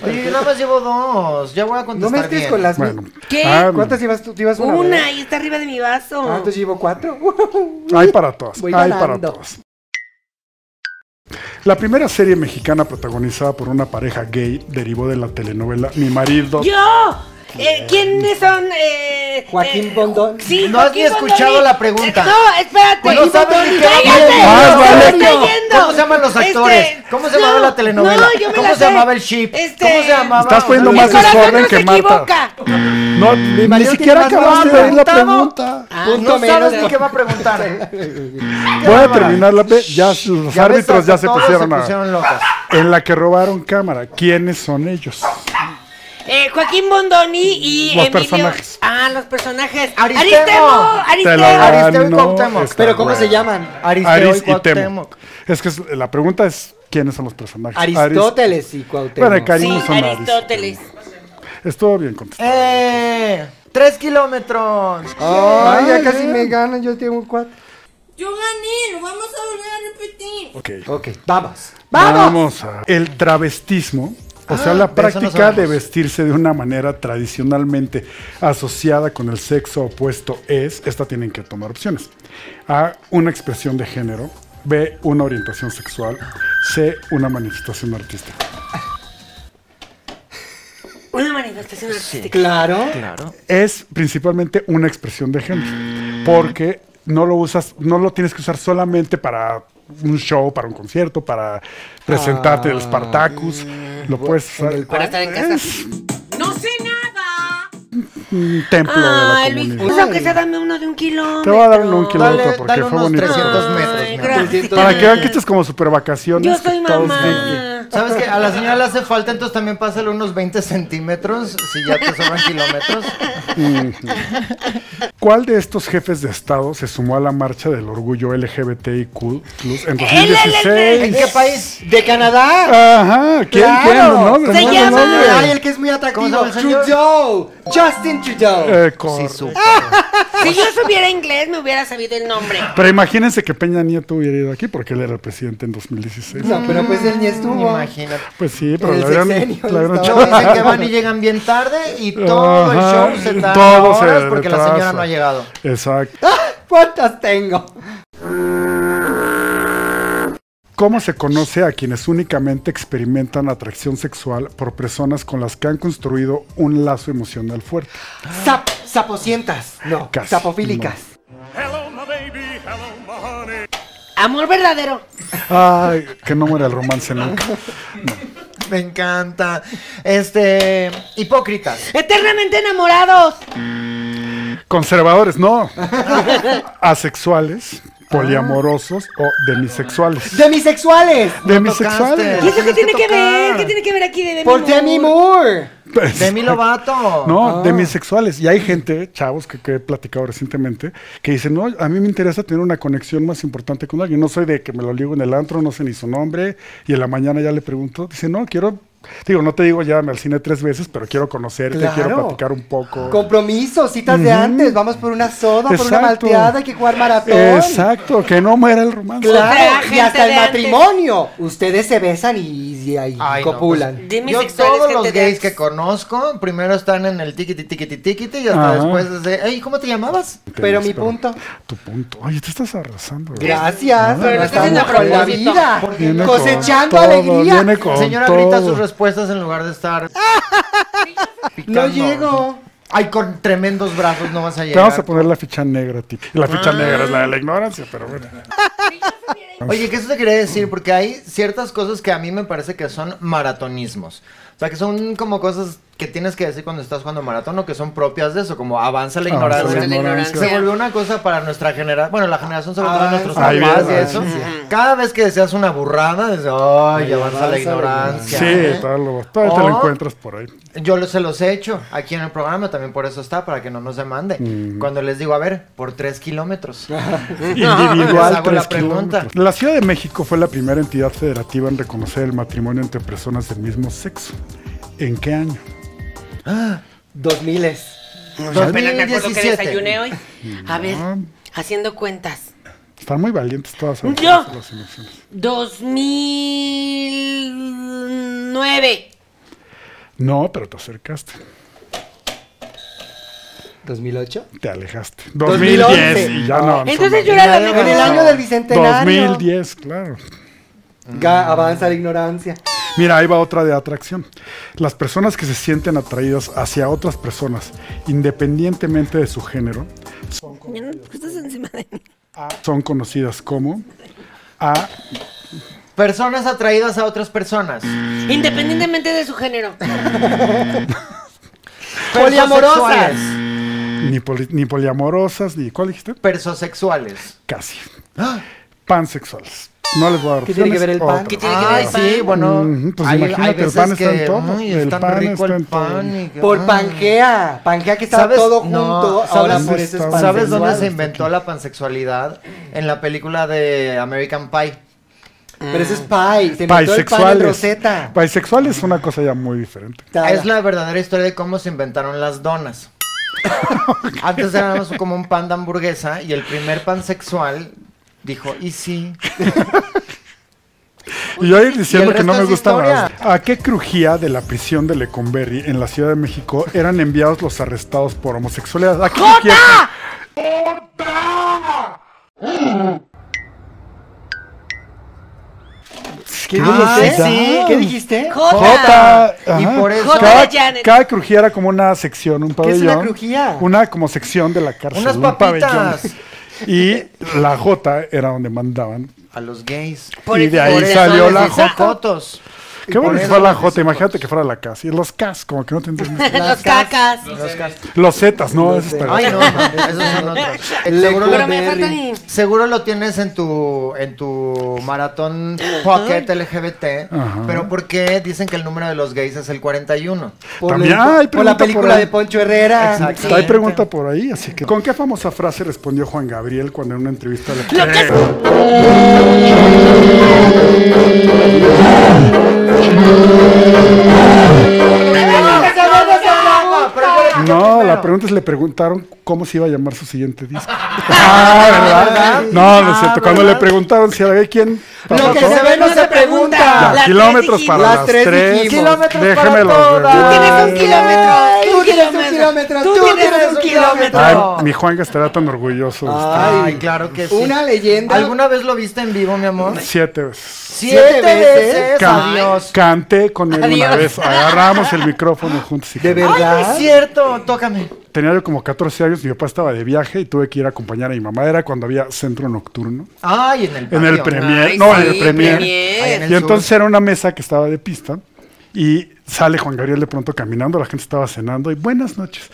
S1: Oye, yo nada más llevo dos. Ya voy a
S3: No
S1: contestar
S3: me estés
S1: bien.
S3: con las. mi-
S4: Bueno.
S5: ¿Qué?
S4: Ah,
S3: ¿Cuántas llevas tú? ¿Tú Llevas una.
S5: Una,
S3: ¿verdad?
S5: y está arriba de mi vaso.
S3: Ah, entonces llevo cuatro. *laughs*
S4: Hay para todas,
S3: Voy
S4: hay para
S3: ganando.
S4: todas. La primera serie mexicana protagonizada por una pareja gay derivó de la telenovela Mi marido.
S5: ¡Yo! Eh, ¿Quiénes son? Eh,
S3: Joaquín
S5: eh,
S3: Bondón.
S5: Sí,
S1: No has ni
S5: Joaquín Bondoni.
S1: escuchado la pregunta.
S5: Eh, No, espérate.
S1: Pues no sabes ni qué
S5: ¡Cállate!
S1: hablan.
S4: Más
S5: ¡No,
S4: vale.
S5: me está yendo!
S1: ¿Cómo se llaman los actores? ¿Cómo se llamaba la telenovela?
S5: no, yo me
S1: ¿Cómo
S5: la
S1: se
S5: sé.
S1: llamaba el ship?
S5: Este-
S1: ¿Cómo se llamaba?
S4: Estás poniendo
S1: El
S4: más
S1: corazón.
S4: desorden
S5: no
S4: que
S5: se
S4: Marta.
S5: equivoca.
S4: No, ni, ni
S3: marido
S4: siquiera
S3: tiene más
S4: acabamos de oír la
S1: preguntado.
S4: pregunta.
S1: No
S3: Punto
S1: sabes
S3: menos.
S1: ni qué va a
S4: *laughs*
S1: preguntar.
S4: Voy a
S1: bárbaro.
S4: terminar la pe- Ya los
S1: Ya ves,
S4: árbitros ya se
S1: todos
S4: pusieron,
S1: se
S4: a-
S1: pusieron locos.
S4: En la que robaron cámara. ¿Quiénes son ellos?
S5: Eh, Joaquín Bondoni y
S4: Los
S5: Emilio-
S4: personajes.
S5: Ah, los personajes.
S1: Aristemo.
S5: Aristemo.
S4: Te
S5: Aristemo.
S4: la
S1: Aristeo y
S4: ganó
S1: Cuauhtémoc.
S4: esta
S3: Pero ¿cómo
S4: güey.
S3: se llaman?
S1: Aristeo y
S4: Aris y Temo.
S1: Cuauhtémoc.
S4: Es que es- la pregunta es quiénes son los personajes. Aris-
S3: Aristóteles y Cuauhtémoc.
S4: Bueno, cari-
S5: Sí,
S4: Aristemo son
S5: Aristóteles.
S4: Estuvo bien contestado.
S1: ¡Eh! ¡Tres kilómetros!
S3: Ay, ya casi me ganan, yo tengo un cuatro.
S8: Yo gané, lo vamos a volver a repetir.
S4: Ok.
S3: Ok, vamos. ¡Vamos!
S4: Vamos a el travestismo, o sea, la
S1: Ah, de eso no
S4: práctica de
S1: sabemos.
S4: vestirse de una manera tradicionalmente asociada con el sexo opuesto es, esta tienen que tomar opciones. A, una expresión de género, B, una orientación sexual, C, una manifestación artística.
S5: Una manifestación artística.
S3: Claro.
S4: Es principalmente una expresión de género, porque no lo usas, no lo tienes que usar solamente para un show, para un concierto, para presentarte el Spartacus, lo puedes usar
S5: Para estar en casa.
S4: Es-
S8: No sé nada.
S4: un templo
S5: Ay,
S4: de la
S5: Luis,
S4: comunidad.
S5: pues aunque sea dame uno de un kilómetro.
S4: Te voy a dar uno de un kilómetro
S1: Dale,
S4: porque
S1: dale
S4: fue
S1: unos
S4: bonito.
S1: 300
S5: Ay,
S1: metros. mi
S3: Pues,
S1: amor.
S5: gracias.
S4: Para que vean que esto es como super vacaciones.
S5: Yo soy
S4: que todos
S5: mamá.
S1: ¿Sabes qué? A la señora le hace falta, entonces también pásale unos 20 centímetros, si ya te sobran kilómetros.
S4: ven. ¿Cuál de estos jefes de Estado se sumó a la marcha del orgullo LGBTIQ en 2016?
S1: ¿En qué país?
S3: ¿De Canadá?
S4: Ajá, ¿quién?
S3: Claro.
S4: ¿Quién? Ah, No, no,
S5: Se
S4: no, no,
S5: llama-
S4: no, no.
S3: Ay, el que es muy
S1: ¿Cómo se
S3: atractivo.
S1: llama el señor?
S3: Trudeau. Justin Trudeau.
S4: Eh, cor-
S1: Sí, supo.
S5: Si yo supiera inglés, me hubiera sabido el nombre.
S4: Pero imagínense que Peña Nieto hubiera ido aquí porque él era el presidente en 2016.
S3: No, pero pues él ni estuvo.
S1: Imagínate.
S4: Pues sí, pero
S3: El
S4: le habrían,
S3: sexenio,
S4: le habrían
S3: estaba-
S4: echado-
S1: No, dicen que van y llegan bien tarde y todo el
S4: Ajá,
S1: show se tarda
S4: todo se
S1: horas porque la señora
S4: retrasa.
S1: no ha llegado.
S4: Exacto.
S3: ¡Ah! ¿Cuántas tengo?
S4: ¿Cómo se conoce a quienes únicamente experimentan atracción sexual por personas con las que han construido un lazo emocional fuerte?
S3: Sap, sapocientas. No,
S4: Casi,
S3: sapofílicas.
S5: Amor verdadero.
S4: Ay, que no muera el romance nunca.
S1: Me encanta. Este, hipócritas.
S5: Eternamente enamorados.
S4: Conservadores, no. Asexuales, poliamorosos o demisexuales.
S3: Demisexuales.
S4: Demisexuales.
S5: ¿Y eso qué
S1: Tienes
S5: tiene
S1: que
S5: que ver?
S1: tocar.
S5: ¿Qué tiene que ver aquí de Demi
S3: Por Demi
S5: Moore?
S3: Moore.
S1: Demi Lovato.
S3: Ah.
S4: No, demisexuales. Y hay gente, chavos, que, que he platicado recientemente, que dicen, no, a mí me interesa tener una conexión más importante con alguien. No soy de que me lo ligo en el antro, no sé ni su nombre, y en la mañana ya le pregunto. Dice, no, quiero... Digo, no te digo ya al cine tres veces, pero quiero conocerte,
S3: Claro.
S4: quiero platicar un poco.
S3: Compromisos, citas de antes. Vamos por una soda, por una
S4: Exacto.
S3: malteada. Hay que jugar maratón.
S4: Exacto, que no muera el romance.
S5: sea,
S3: Claro, y
S5: gente
S3: hasta el
S5: de antes.
S3: matrimonio. Ustedes se besan y, y- y
S1: Ay, no,
S3: copulan.
S1: pues, yo
S5: Demisexuales,
S1: todos
S5: gente
S1: los
S5: de
S1: gays
S5: ex.
S1: que conozco, primero están en el tiquiti tiquiti tiquiti y hasta
S4: Ajá.
S1: después es de, hey, ¿cómo te llamabas?
S3: Pero mi punto.
S4: Tu punto. Oye, te estás arrasando. ¿verdad?
S3: Gracias.
S5: Pero
S3: no
S5: no estás
S3: estamos
S5: en
S3: con la
S5: propósito.
S3: vida.
S4: Ah, Viene con
S3: Cosechando
S4: todo,
S3: alegría.
S4: viene con
S1: La señora grita
S4: todo.
S1: sus respuestas en lugar de
S4: *laughs*
S1: estar.
S3: No
S1: picando.
S3: llego.
S1: Ay, con tremendos brazos no vas a
S4: Te vamos
S1: llegar.
S4: a poner la ficha negra, tío. La
S3: Ah.
S4: ficha negra es la de la ignorancia, pero bueno.
S1: Oye, que eso te quería decir, porque hay ciertas cosas que a mí me parece que son maratonismos. O sea, que son como cosas que tienes que decir cuando estás jugando maratón o que son propias de eso, como avanza la
S4: Ah, Avanza la
S1: ignorancia.
S4: ignorancia. Ah,
S1: Se volvió una cosa para nuestra generación, bueno, la generación sobre todo de nuestros
S4: Avanza la
S1: papás y eso.
S3: ignorancia.
S1: Cada vez que decías una burrada, dices, ay, avanza la ignorancia.
S4: Sí,
S1: ¿eh?
S4: todavía, lo- todavía te
S1: O-
S4: lo encuentras
S1: *laughs*
S4: por ahí.
S1: Yo lo- se los he hecho aquí en el programa, también por eso está, para que no nos demande. Cuando les digo, a ver, por tres kilómetros.
S5: *laughs*
S1: pues, Les
S4: Individual,
S1: hago la
S4: tres
S1: pregunta.
S4: kilómetros. La Ciudad de México fue la primera entidad federativa en reconocer el matrimonio entre personas del mismo sexo. ¿En qué año?
S3: Dos miles.
S5: Apenas me acuerdo que
S1: 2017.
S5: desayuné hoy. A ver, haciendo cuentas.
S4: Están muy valientes todas
S5: Yo.
S4: las elecciones.
S5: 2009.
S4: No, pero te acercaste.
S3: ¿Dos mil ocho?
S4: Te alejaste.
S3: 2011.
S4: 2010 y ya no. no
S5: Entonces yo
S4: son-
S5: era la
S3: En el
S5: mejor.
S3: año del bicentenario.
S4: 2010, claro.
S3: Ga- avanza la ignorancia.
S4: Mira, ahí va otra de atracción. Las personas que se sienten atraídas hacia otras personas, independientemente de su género,
S5: Mira, ¿por qué pues, estás encima de mí?
S4: son conocidas como A.
S1: Personas atraídas a otras personas.
S5: Independientemente de su género.
S1: Poliamorosas.
S4: Ni, poli- ni poliamorosas, ni. ¿Cuál dijiste?
S1: Persosexuales.
S4: Casi. Pansexuales. No les voy a dar
S3: ¿Qué tiene que ver el
S4: opciones.
S3: pan?
S4: Otra.
S5: ¿Qué tiene que ver
S1: Ay,
S5: el pan?
S1: sí, bueno.
S4: Ujú, pues
S1: hay,
S4: imagínate,
S1: hay
S4: el
S1: veces
S4: pan está
S1: que,
S4: en todo.
S1: ay,
S4: El
S1: es tan
S4: pan
S1: rico
S4: está
S1: el
S4: en todo.
S1: pan. y que,
S3: Por
S1: ay.
S3: Pangea. Pangea que estaba
S1: ¿Sabes?
S3: todo
S1: No,
S3: junto.
S1: ¿sabes?
S3: Ahora por eso es
S4: ¿Sabes
S1: ¿Sabes
S3: pansexual.
S1: dónde se inventó la pansexualidad? En la película de American Pie.
S3: Pero eso es pie. Se inventó el pan en
S4: Bisexuales.
S3: roseta.
S4: Bisexuales es una cosa ya muy diferente.
S3: Tada.
S1: Es la verdadera historia de cómo se inventaron las
S4: *laughs*
S1: donas. Antes éramos como un pan de hamburguesa y el primer pansexual dijo, y sí,
S4: Y yo ir
S1: ¿Y
S4: diciendo
S1: el
S4: que no
S1: resto
S4: me
S1: es
S4: gusta
S1: historia?
S4: más. ¿A qué crujía de la prisión de Lecumberri en la Ciudad de México eran enviados los arrestados por homosexualidad? ¿A qué crujía?
S3: ¿Qué
S1: Ah,
S3: dijiste?
S1: sí.
S3: ¿Qué dijiste?
S4: Jota.
S1: Y
S4: Ajá.
S1: por eso-
S5: Jota
S4: Cada,
S5: Janet.
S4: cada crujía era como una sección, un
S3: ¿Qué
S4: pabellón.
S3: es una crujía?
S4: Una como sección de la cárcel.
S1: Unas
S4: un pabellón.
S1: papitas.
S4: Y la J era donde mandaban.
S1: a los gays.
S5: Por
S4: y
S5: eso-
S4: de ahí
S5: por eso
S4: salió
S5: les
S4: la
S5: decía-
S4: J.
S1: Jotos.
S4: Qué bueno que fuera la J, imagínate que fuera la K. Sí, los Ks, como que no te entiendes.
S5: *laughs* Los cacas.
S4: los Zetas, no, eso es
S1: Ay, no, esos son otros. Seguro,
S5: Pero me
S1: lo-
S5: faltan. y-
S1: seguro lo tienes en tu en tu maratón pocket LGBT,
S4: Ajá.
S1: pero ¿por qué dicen que el número de los gays es el 41?
S3: Por,
S4: También
S3: la-
S4: hay
S3: por
S4: pregunta por
S3: la película
S4: ahí.
S3: de Poncho Herrera.
S1: Exacto.
S4: Hay pregunta por ahí, así que. ¿Con qué famosa frase respondió Juan Gabriel cuando en una entrevista le
S5: Lo que es-
S3: Ah,
S4: No, la pregunta es le preguntaron cómo se iba a llamar su siguiente disco. *laughs*
S3: Ah, ¿verdad?
S4: No, no es cierto. Cuando le
S3: ¿verdad?
S4: preguntaron si había quién.
S3: Lo que se ve no se pregunta.
S4: Ya,
S5: Las
S4: kilómetros
S5: tres
S4: para
S3: dijimos.
S4: las
S3: Las tres
S4: tres.
S3: dijimos.
S4: Kilómetros
S3: Kilómetros para
S5: Tú tienes un
S3: Ay,
S5: kilómetro.
S3: ay,
S5: Tú
S3: tú
S5: tienes
S3: tienes
S5: un
S3: un
S5: kilómetro.
S3: kilómetro,
S5: Tú tienes un kilómetro.
S4: Ay, mi Juan estará tan orgulloso. de usted.
S1: Ay,
S3: Ay,
S1: claro que sí.
S3: Una leyenda.
S1: ¿Alguna vez lo viste en vivo, mi amor?
S4: Siete veces.
S1: Siete,
S3: ¿Siete
S1: veces.
S3: veces?
S4: Can-
S1: Adiós.
S4: Canté con él una
S5: Adiós.
S4: vez. Agarramos el micrófono juntos. y
S3: ¿De
S4: canté.
S1: Ay, no es
S3: verdad?
S1: cierto, tócame.
S4: Tenía yo como 14 años. Mi papá estaba de viaje y tuve que ir a acompañar a mi mamá. Era cuando había centro nocturno.
S1: Ay, en el
S4: En el
S1: patio.
S4: Premier.
S5: Ay,
S4: Ah, no,
S5: sí,
S4: en el Premier.
S5: Premier.
S1: Ahí en el
S4: Y
S1: sur.
S4: entonces era una mesa que estaba de pista. Y sale Juan Gabriel de pronto caminando, la gente estaba cenando y buenas noches.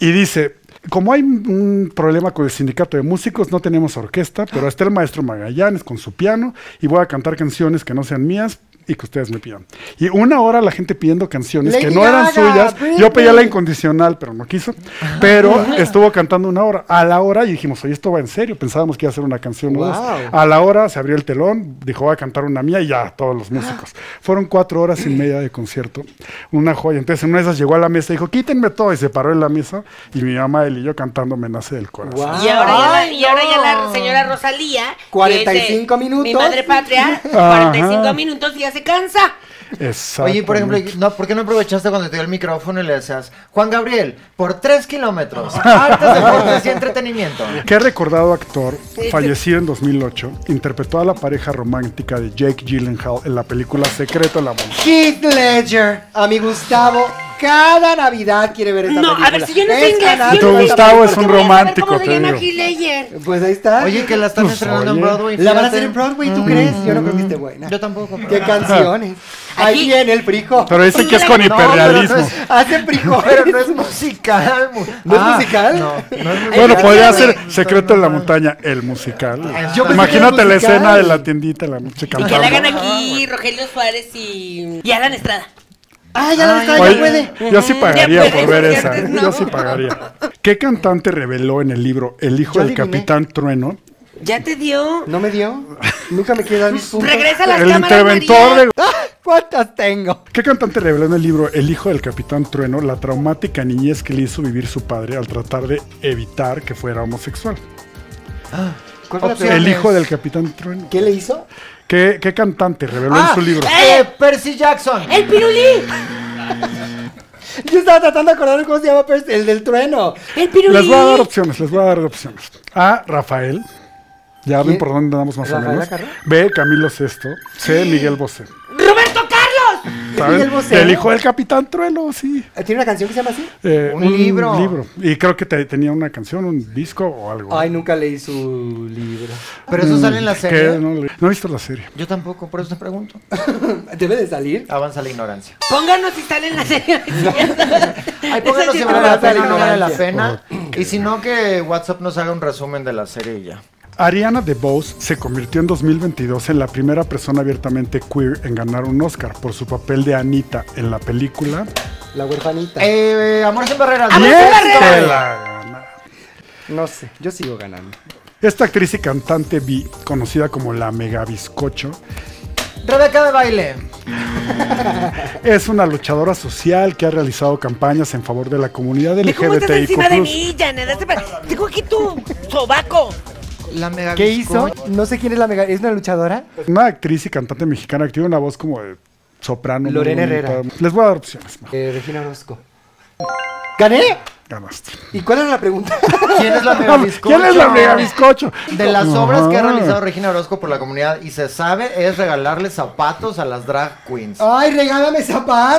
S4: Y dice, como hay un problema con el sindicato de músicos, no tenemos orquesta, pero está el maestro Magallanes con su piano y voy a cantar canciones que no sean mías y que ustedes me pidan. Y una hora la gente pidiendo canciones que
S3: Lady
S4: no eran
S3: Gaga,
S4: suyas.
S3: Britney.
S4: Yo pedía la incondicional, pero no quiso. Pero estuvo cantando una hora. A la hora y dijimos, oye, esto va en serio. Pensábamos que iba a ser una canción o dos.
S3: Wow.
S4: A la hora se abrió el telón, dijo, voy a cantar una mía y ya, todos los músicos. Fueron cuatro horas y media de concierto, una joya. Entonces, en una de esas llegó a la mesa y dijo, quítenme todo, y se paró en la mesa. Y mi mamá, él y yo cantando Me nace del corazón.
S3: Guau.
S5: Y ahora, ya, la-
S1: Ay,
S5: y ahora ya
S1: no.
S5: la señora Rosalía. que es de
S3: 45 minutos.
S5: Mi madre patria,
S4: Ajá.
S5: 45 minutos y ya se cansa.
S4: Exactamente.
S1: Oye, por ejemplo, no, ¿por qué no aprovechaste cuando te dio el micrófono y le decías, Juan Gabriel, por tres
S3: *laughs*
S1: kilómetros, artes, deportes y entretenimiento?
S4: Qué recordado actor, fallecido en 2008, interpretó a la pareja romántica de Jake Gyllenhaal en la película Secreto de la Montaña.
S3: Heath Ledger. A mi Gustavo, cada Navidad quiere ver esta
S5: No,
S3: película.
S5: a ver si yo no sé
S3: Es
S5: inglés.
S3: ganar-
S5: yo
S4: Tu
S5: no sé
S4: Gustavo
S5: inglés,
S4: es
S5: ¿por
S4: un
S5: qué voy a saber
S4: romántico,
S5: cómo se
S4: te
S5: llama
S4: digo.
S5: Heath Ledger?
S3: Pues ahí está.
S1: Oye, que la están
S4: Pues,
S1: estrenando en
S4: oye.
S1: Broadway.
S3: la van a
S1: fíjate.
S3: hacer en Broadway, ¿tú
S1: Mm.
S3: crees? Yo no creo que esté buena.
S1: Yo tampoco. pero-
S3: ¿Qué canciones?
S5: Aquí-
S3: Ahí viene el frijol.
S4: Pero dice que es con
S5: No, pero
S4: hiperrealismo.
S1: no es-
S3: Hacen frijoles.
S1: Pero no es musical. mu-
S3: *laughs* ¿No es musical?
S1: No, no es musical.
S4: Bueno, podría ser
S1: Entonces,
S4: Secreto en la
S1: no,
S4: Montaña, el musical.
S1: Yo pensé que
S4: Imagínate
S3: era
S4: la
S3: musical.
S4: escena de la tiendita, la noche
S5: Y que la hagan
S4: cantando.
S5: aquí Rogelio Suárez y, y Alan Estrada.
S3: Ah, ya no está,
S4: Oye,
S3: ya puede.
S4: Yo sí pagaría
S5: Ya puede,
S4: por ver
S5: ya
S4: esa.
S5: puede,
S4: ¿eh?
S5: ¿no?
S4: Yo sí pagaría. ¿Qué cantante reveló en el libro El hijo
S3: Yo
S4: del
S3: adiviné.
S4: Capitán Trueno?
S5: Ya te dio.
S3: No me dio. Nunca me quiere dar mis puntos.
S5: Regresa a las
S4: El
S5: cámaras,
S4: interventor
S5: María.
S4: de...
S3: ¡Ah! ¿Cuántas tengo?
S4: ¿Qué cantante reveló en el libro El hijo del Capitán Trueno la traumática niñez que le hizo vivir su padre al tratar de evitar que fuera homosexual?
S3: ¿Cuál fue la
S1: Opción.
S3: primera?
S4: El hijo del Capitán Trueno.
S3: ¿Qué le hizo?
S4: ¿Qué, qué cantante reveló
S3: Ah,
S4: en su libro?
S1: Eh, Percy Jackson.
S5: ¡El pirulí!
S3: Yo estaba tratando de acordarme cómo se llama pero es el del trueno.
S5: ¡El pirulí!
S4: Les voy a dar opciones, les voy a dar opciones. A, Rafael. Ya ven
S3: ¿Quién?
S4: por dónde andamos más o
S3: ¿Rafael
S4: menos.
S3: Acarra?
S4: B, Camilo VI. C, Miguel Bosé.
S5: ¡Roberto Carlos!
S4: ¿Saben?
S3: Miguel Bosé?
S4: El hijo del Capitán Trueno, sí.
S3: ¿Tiene una canción que se llama así?
S4: Eh,
S1: Un libro.
S4: Y creo que te- tenía una canción, un disco o algo. Mm.
S3: Ay, nunca leí su libro.
S1: Pero
S3: Mm,
S1: eso sale en la
S4: Que
S1: serie.
S4: No, le- no he visto la serie.
S1: Yo tampoco, por eso te pregunto.
S3: ¿Debe de salir?
S1: Avanza la ignorancia.
S5: Pónganos si sale en
S4: *laughs*
S5: la serie.
S1: Ay, pónganos
S5: Esa
S1: si
S5: sí
S1: vale
S3: no
S1: la
S3: vale
S1: pena o no vale la
S3: ignorancia.
S1: pena.
S3: Oh,
S1: Y si no, que WhatsApp nos haga un resumen de la serie y ya.
S4: Ariana DeBose se convirtió en 2022 en la primera persona abiertamente queer en ganar un Oscar por su papel de Anita en la película.
S3: La huerfanita.
S1: Eh, Amor sin barreras.
S5: Amor sin
S1: Bien.
S5: barreras.
S4: Se la gana.
S3: No sé, yo sigo ganando.
S4: Esta actriz y cantante bi, conocida como la Mega Bizcocho,
S1: Rebeca de baile.
S4: es una luchadora social que ha realizado campañas en favor de la comunidad
S5: Ve ¿Cómo estás
S4: LGBTIQ+.
S5: encima de mí, Janet? Hazte pa- Tengo aquí tu sobaco.
S1: La mega
S3: ¿Qué hizo?
S1: bizco-
S3: No sé quién es la mega. ¿Es una luchadora?
S4: Una actriz y cantante mexicana que tiene una voz como de soprano. muy
S3: Lorena
S4: bonita.
S3: Herrera.
S4: Les voy a dar opciones.
S3: Eh, Regina Orozco. ¿Gané?
S4: Ganaste.
S3: ¿Y cuál era la pregunta?
S1: ¿Quién es la
S4: *laughs*
S1: mega bizcocho?
S4: ¿Quién es la mega bizcocho?
S1: De las obras que ha
S4: Ajá.
S1: realizado Regina Orozco por la comunidad y se sabe es regalarle zapatos a las drag queens.
S3: *laughs* ¡Ay, regálame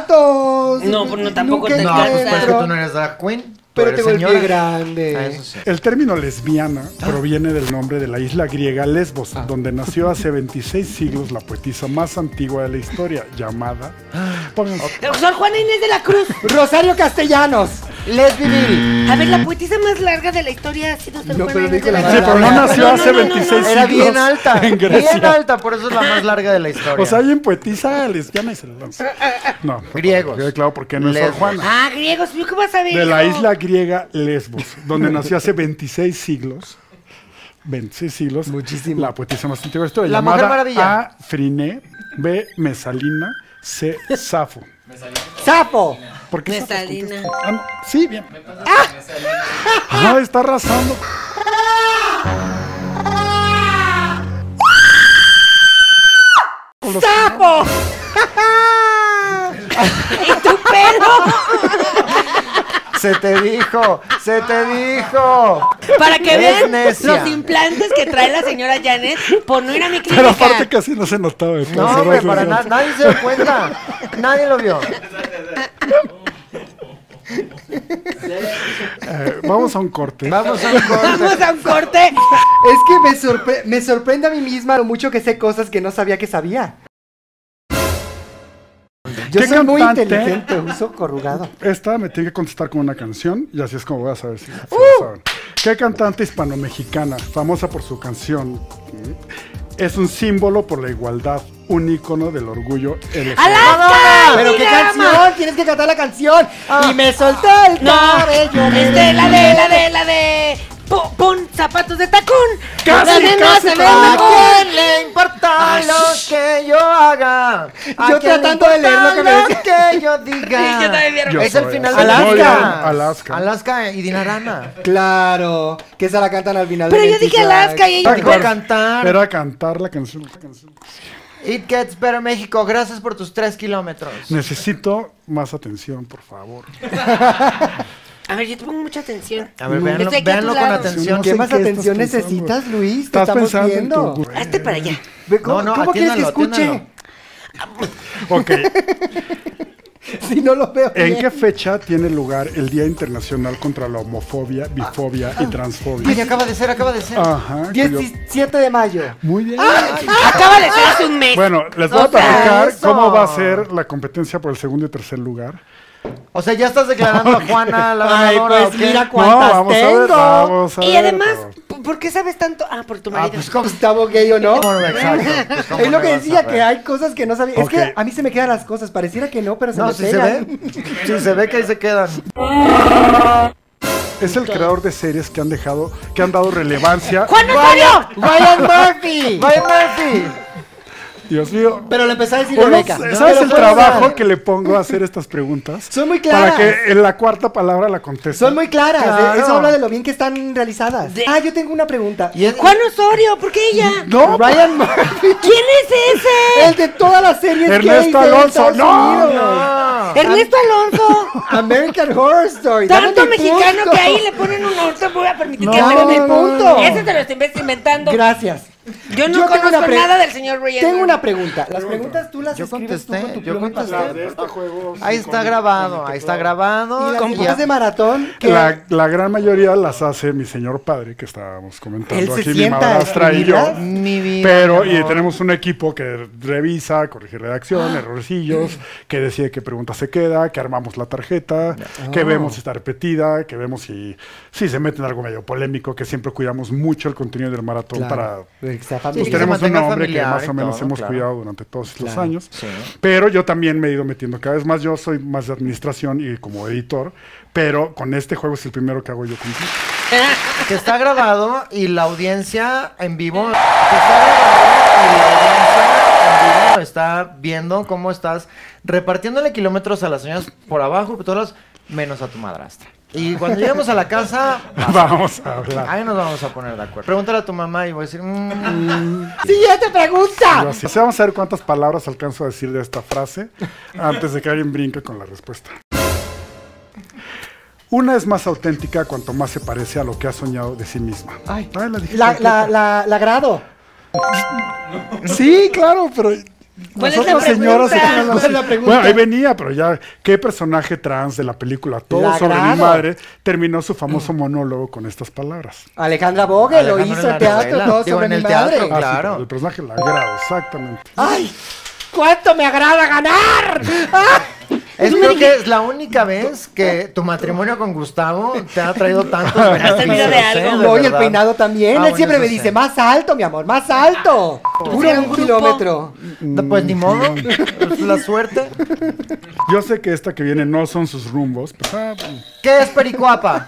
S3: zapatos!
S5: No, pues no, tampoco
S3: Nunca
S5: te
S1: No, pues
S5: claro.
S1: pues que
S3: encuentro.
S1: tú no eres drag queen. tú
S3: Pero
S1: eres
S3: tengo el pie
S1: señora.
S3: grande.
S1: Ah, eso sí.
S4: El término lesbiana proviene del nombre de la isla griega Lesbos,
S1: Ah.
S4: donde nació hace 26 siglos la poetisa más antigua de la historia, llamada...
S1: Ah.
S4: Pónganse-
S5: Sor Juana Inés de la Cruz.
S3: Rosario Castellanos, Les Vivir.
S5: A ver, la poetisa más larga de la historia ha sido Sor
S3: No,
S5: Juana
S3: pero
S5: Inés
S3: dijo
S5: de la
S3: la
S4: Sí,
S5: Cruz.
S4: pero no
S3: No,
S4: nació
S5: no,
S4: hace
S5: no, no, no,
S4: 26
S1: Era
S4: siglos.
S1: bien alta.
S4: En Grecia. Pues
S1: bien alta, por eso es la más larga de la historia.
S4: O sea, alguien poetiza lesbiana y se la lanza. No.
S1: Griegos.
S4: Quede claro por qué no es Sor
S1: Lesbos.
S4: Juana.
S5: Ah, griegos, ¿yo qué vas a ver?
S4: De la
S5: hijo?
S4: isla griega Lesbos, donde nació hace 26 siglos. 26 siglos.
S3: Muchísimo.
S4: La poetisa más antigua de la historia.
S1: La
S4: llamada
S1: Mujer Maravilla.
S4: A. Friné. B. Mesalina. C. Safo.
S3: ¡Sapo!
S4: ¿Por qué Safo
S5: Mesalina.
S4: contesta? Ah, no. sí, bien. ¡Ah! Ah, está arrasando.
S5: ¡Sapo! *laughs* ¡Y tu pelo!
S1: Se te dijo, se te dijo.
S5: Para que
S1: Es
S5: vean
S1: necia.
S5: los implantes que trae la señora Janet por no ir a mi clínica.
S4: Pero aparte casi *laughs* no se notaba. de todas
S1: No,
S4: formas,
S1: hombre, para
S4: lesbiana.
S1: nada, nadie se dio cuenta. Nadie lo vio.
S4: Eh, vamos a un corte.
S1: Vamos a un corte.
S5: Vamos a un corte.
S3: Es que me, sorpre- me sorprende a mí misma lo mucho que sé cosas que no sabía que sabía. Yo
S4: ¿Qué
S3: soy muy
S4: cantante?
S3: inteligente, uso
S5: *laughs*
S3: corrugado.
S4: Esta me tiene que contestar con una canción y así es como voy a saber si, si lo saben. ¿Qué cantante hispano-mexicana, famosa por su canción, mm, es un símbolo por la igualdad, un ícono del orgullo LGBT?
S5: ¡Alaska!
S3: Pero qué canción, tienes que cantar la canción. Y me soltó el
S5: Ah. No,
S3: cabello.
S5: este, la de, la de, la de. Pum, pum, zapatos de tacón.
S4: Casi,
S5: La de no
S4: casi,
S5: se ve
S1: ¿A
S5: mejor.
S1: quién le importa lo que yo haga? ¿A
S3: Yo
S1: quién le
S3: tratando de leer lo que me
S1: importa
S3: decía.
S1: que yo diga.
S5: *laughs* Sí, yo también vieron.
S4: Yo
S1: es el
S4: soy
S1: final de
S4: Alaska.
S1: las
S4: Muy bien,
S1: Vegas.
S4: Alaska.
S1: Alaska y Dinarama.
S3: Claro, que esa la cantan al final. de
S5: Pero yo dije
S3: Mentis Black.
S5: Alaska y ella.
S4: Ah,
S1: dijo cantar.
S4: Era cantar la canción. la canción.
S1: It Gets Better México, gracias por tus tres kilómetros.
S4: Necesito más atención, por favor.
S5: A ver, yo te pongo mucha atención.
S1: A ver,
S5: Yo
S1: véanlo,
S5: estoy aquí a tu
S1: véanlo con
S5: lado.
S1: atención.
S4: No
S3: ¿Qué
S4: sé
S3: más
S4: qué estás
S3: atención
S4: pensando.
S3: necesitas, Luis? Te
S4: Estás
S3: estamos
S4: pensando en
S3: viendo.
S4: tu-
S5: Hazte para allá.
S3: Ve, ¿Cómo,
S1: No, no,
S3: cómo quieres que
S1: atiéndalo,
S3: escuche?
S1: atiéndalo.
S4: Ok,
S3: Si no lo veo.
S4: ¿en
S3: bien.
S4: qué fecha tiene lugar el Día Internacional contra la Homofobia, Bifobia
S3: Ah.
S4: y Transfobia?
S1: Ay, acaba de ser, acaba de ser.
S4: Ajá.
S3: *laughs*
S4: cuyo-
S3: 17 de mayo.
S4: Muy bien.
S5: Acaba de ser hace
S3: *laughs*
S5: un mes.
S4: Bueno, les voy
S1: O
S4: a
S1: sea,
S4: platicar
S1: eso.
S4: cómo va a ser la competencia por el segundo y tercer lugar.
S1: O sea, ya estás declarando a Juana la
S3: Ay,
S1: ganadora.
S3: pues
S1: ¿o qué?
S3: mira
S4: No,
S3: cuántas
S4: vamos a ver,
S3: tengo.
S4: vamos a ver.
S5: y además,
S4: pero-
S5: ¿por- ¿por qué sabes tanto? Ah, por tu
S1: Ah,
S5: marido.
S1: pues cómo está.
S3: Gustavo gay o no.
S1: *laughs* Bueno, exacto, pues, ¿cómo
S3: Es lo
S1: no
S3: que
S1: vas a
S3: decía,
S1: ver?
S3: que hay cosas que no sabía.
S4: Ok.
S3: Es que a mí se me quedan las cosas. Pareciera que no, pero se
S1: No,
S3: me
S1: si se
S3: pegan. *laughs*
S1: ve. Si se ve que ahí se quedan.
S4: Es el creador de series que han dejado, que han dado
S3: *laughs*
S4: relevancia.
S5: ¡Juan Antonio!
S1: *laughs*
S3: ¡Ryan Murphy!
S1: Bye,
S3: *laughs*
S1: Murphy.
S4: Dios mío.
S3: Pero lo empezó a decir
S1: pues,
S4: Uno-
S3: Rebeca.
S4: ¿Sabes
S3: Pero
S4: el
S3: fue
S4: trabajo
S3: Rebeca.
S4: que le pongo a hacer estas preguntas?
S3: Son muy
S4: Para
S3: claras.
S4: que en la cuarta palabra la conteste.
S3: Son muy claras.
S1: Claro.
S3: eh, Eso habla de lo bien que están realizadas.
S5: De-
S3: Ah, yo tengo una pregunta.
S1: Y es-
S5: ¡Juan Osorio! ¿Por qué ella?
S4: No, pues,
S3: Ryan Murphy,
S5: ¿Quién es ese?
S3: el de todas las series gays
S4: Ernesto
S3: de
S4: Alonso,
S3: Estados
S4: no,
S3: Unidos.
S1: Ah,
S5: Ernesto Alonso.
S3: American Horror Story. dame
S5: Tanto
S3: mi
S5: mexicano
S3: punto.
S5: que ahí le ponen un orto, voy a permitir
S3: No,
S5: que te
S3: dame
S5: lo
S3: mi punto.
S5: Ese te lo estoy inventando.
S3: Gracias.
S5: Yo no
S3: tengo una
S5: conozco
S3: pre-
S5: nada del señor Ryan
S3: Tengo una
S5: Murphy.
S3: pregunta. Las preguntas tú las
S1: Yo
S3: escribes tú
S1: contesté,
S3: con tu
S1: yo
S3: pluma y
S1: contesté.
S3: papel.
S4: este
S1: Ahí está grabado, ahí está grabado.
S3: Y las
S1: Y ya-
S3: preguntas de maratón que
S4: La, la gran mayoría las hace mi señor padre, que estábamos comentando
S3: Él se
S4: aquí, mi
S3: sienta a
S4: madrastra y yo.
S3: escribirlas.
S1: Mi vida.
S4: Pero,
S1: mi
S4: y
S1: amor.
S4: tenemos un equipo que revisa, corrige
S1: Ah.
S4: redacción, errorcillos, que decide qué pregunta se queda, que armamos la tarjeta,
S1: Ah.
S4: que vemos si está repetida, que vemos si, si se mete en algo medio polémico, que siempre cuidamos mucho el contenido del maratón
S3: Claro,
S4: para...
S3: que sea
S1: que
S4: Pues
S3: familiar.
S1: se
S4: tenemos un
S1: mantenga
S4: nombre que
S1: familiar
S4: más
S1: y
S4: o menos
S1: todo,
S4: hemos
S1: claro.
S4: cuidado durante todos estos
S1: Claro,
S4: años.
S1: sí.
S4: Pero yo también me he ido metiendo cada vez más. Yo soy más de administración y como editor. Pero con este juego es el primero que hago yo contigo.
S1: Que está grabado y la audiencia en vivo.
S3: *laughs*
S1: Que está grabado y la audiencia en vivo está viendo cómo estás repartiéndole kilómetros a las señoras por abajo, por todos lados, menos a tu madrastra. Y cuando lleguemos a la casa,
S4: *laughs* Vamos a hablar.
S1: ahí nos vamos a poner de acuerdo. Pregúntale a tu mamá y voy a decir.
S3: *laughs*
S1: mm,
S3: Siguiente pregunta.
S4: Yo así. O sea, vamos a ver cuántas palabras alcanzo a decir de esta frase antes de que alguien brinque con la respuesta. Una es más auténtica cuanto más se parece a lo que ha soñado de sí misma.
S3: Ay,
S4: Ay, la dije
S3: la,
S4: completa.
S3: la, la, la grado.
S4: Sí, claro, pero.
S5: ¿Cuál es la
S4: nosotras,
S5: pregunta?
S4: señoras, aquí no lo
S3: ¿Cuál es
S4: hacen.
S3: la pregunta?
S4: Bueno, ahí venía, pero ya, ¿qué personaje trans de la película Todo
S3: La
S4: sobre mi
S3: grado.
S4: madre terminó su famoso monólogo con estas palabras? Ah,
S3: Alejandra Vogel lo
S1: Alejandra en
S3: hizo
S1: la
S3: en teatro,
S1: novela.
S3: todo
S1: Digo,
S3: sobre
S1: en
S3: mi
S1: el
S3: madre.
S1: teatro.
S4: Ah, sí,
S1: Claro.
S4: pero el personaje la grado, exactamente.
S3: ¡Ay! ¡Cuánto me agrada ganar! ¡Ah!
S1: Es creo que es la única vez que tu matrimonio con Gustavo te ha traído
S3: *laughs*
S1: tantos beneficios.
S5: servido de
S1: ¿eh?
S5: algo.
S1: De
S3: No, y el
S1: verdad.
S3: peinado también.
S1: Ah,
S3: Él
S1: bueno,
S3: siempre
S1: eso
S3: me
S1: sí.
S3: dice, más alto, mi amor, más alto. Dura
S5: en un
S3: un
S5: grupo.
S3: kilómetro.
S1: No, Pues
S3: Mm,
S1: ni modo. *laughs* Es La suerte.
S4: Yo sé que esta que viene no son sus rumbos. pero, ah,
S1: ¿Qué es Pericuapa?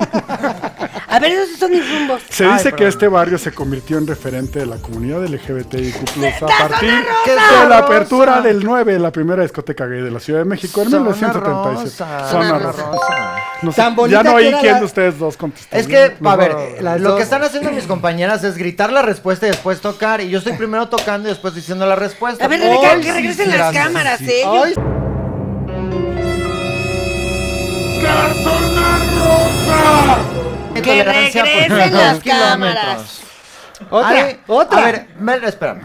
S5: A ver, esos son mis rumbos.
S4: se dice que este barrio se convirtió en referente de la comunidad LGBTIQ+, a partir
S1: ¿Qué es
S4: de la
S1: Rosa?
S4: apertura del 9, la primera discoteca gay de la Ciudad de México en
S1: Zona
S4: 1937.
S1: Rosa.
S4: Zona
S1: Zona
S4: Rosa.
S1: Rosa.
S4: No sé, ya
S3: Tan bonita
S4: no
S3: que
S4: oí
S3: era
S4: quién
S3: la-
S4: de ustedes dos contestó.
S1: Es que,
S4: No,
S1: a ver,
S4: no,
S3: las
S1: lo
S3: dos.
S1: que están haciendo mis compañeras es gritar la respuesta y después tocar. Y yo estoy primero tocando y después diciendo la respuesta.
S5: A ver, Rebeca,
S1: Ay,
S5: que
S1: sí,
S5: regresen
S1: sí,
S5: las
S1: gracias.
S5: cámaras,
S1: Sí, sí.
S5: ¿eh?
S3: Ay,
S5: Que
S1: Intolerancia por
S5: regresen
S1: dos
S5: las
S1: kilómetros.
S5: cámaras.
S3: Otra,
S1: Ay,
S3: otra.
S1: A ver, Mel, espérame.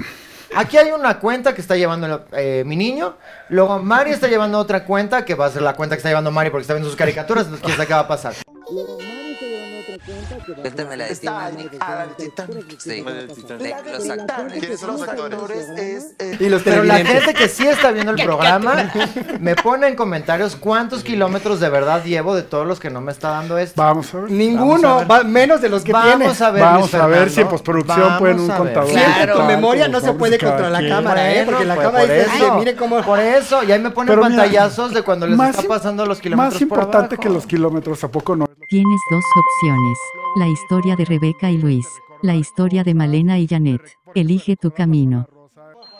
S1: Aquí hay una cuenta que está llevando eh, mi niño. Luego Mari está llevando otra cuenta que va a ser la cuenta que está llevando Mari porque está viendo sus caricaturas. Entonces, quién sabe qué va a pasar.
S9: Cuéntame la de Tim Allen. Sí. Le- Los actores.
S6: ¿Quiénes son los actores? Es, eh,
S3: Y los
S1: Pero la
S3: televidentes.
S1: gente que sí está viendo el programa me pone en comentarios cuántos kilómetros de verdad llevo de todos los que no me está dando esto.
S4: Vamos a ver.
S3: Ninguno,
S1: Vamos a ver.
S3: va- menos de los que
S1: Vamos
S3: tienes.
S1: a ver,
S4: Vamos
S1: Luis
S4: a ver
S1: Fernando.
S4: si en postproducción
S1: Vamos
S4: pueden un
S1: a ver.
S4: contador.
S3: Siempre
S5: Claro.
S3: tu memoria
S4: Por
S3: no se
S4: favor,
S3: puede
S4: cada
S3: controlar la
S4: quien.
S3: cámara, ¿eh?
S1: Bueno,
S3: Porque la
S1: pues,
S3: cámara
S1: por
S3: es así,
S1: eso.
S3: mire cómo...
S1: Por eso, y ahí me ponen
S4: Pero mira,
S1: pantallazos de cuando les
S4: más
S1: está
S4: im-
S1: pasando los kilómetros
S4: Más
S1: por
S4: importante
S1: abajo.
S4: que los kilómetros, ¿a poco no?
S10: Tienes dos opciones, la historia de Rebeca y Luis, la historia de Malena y Janet. Elige tu camino.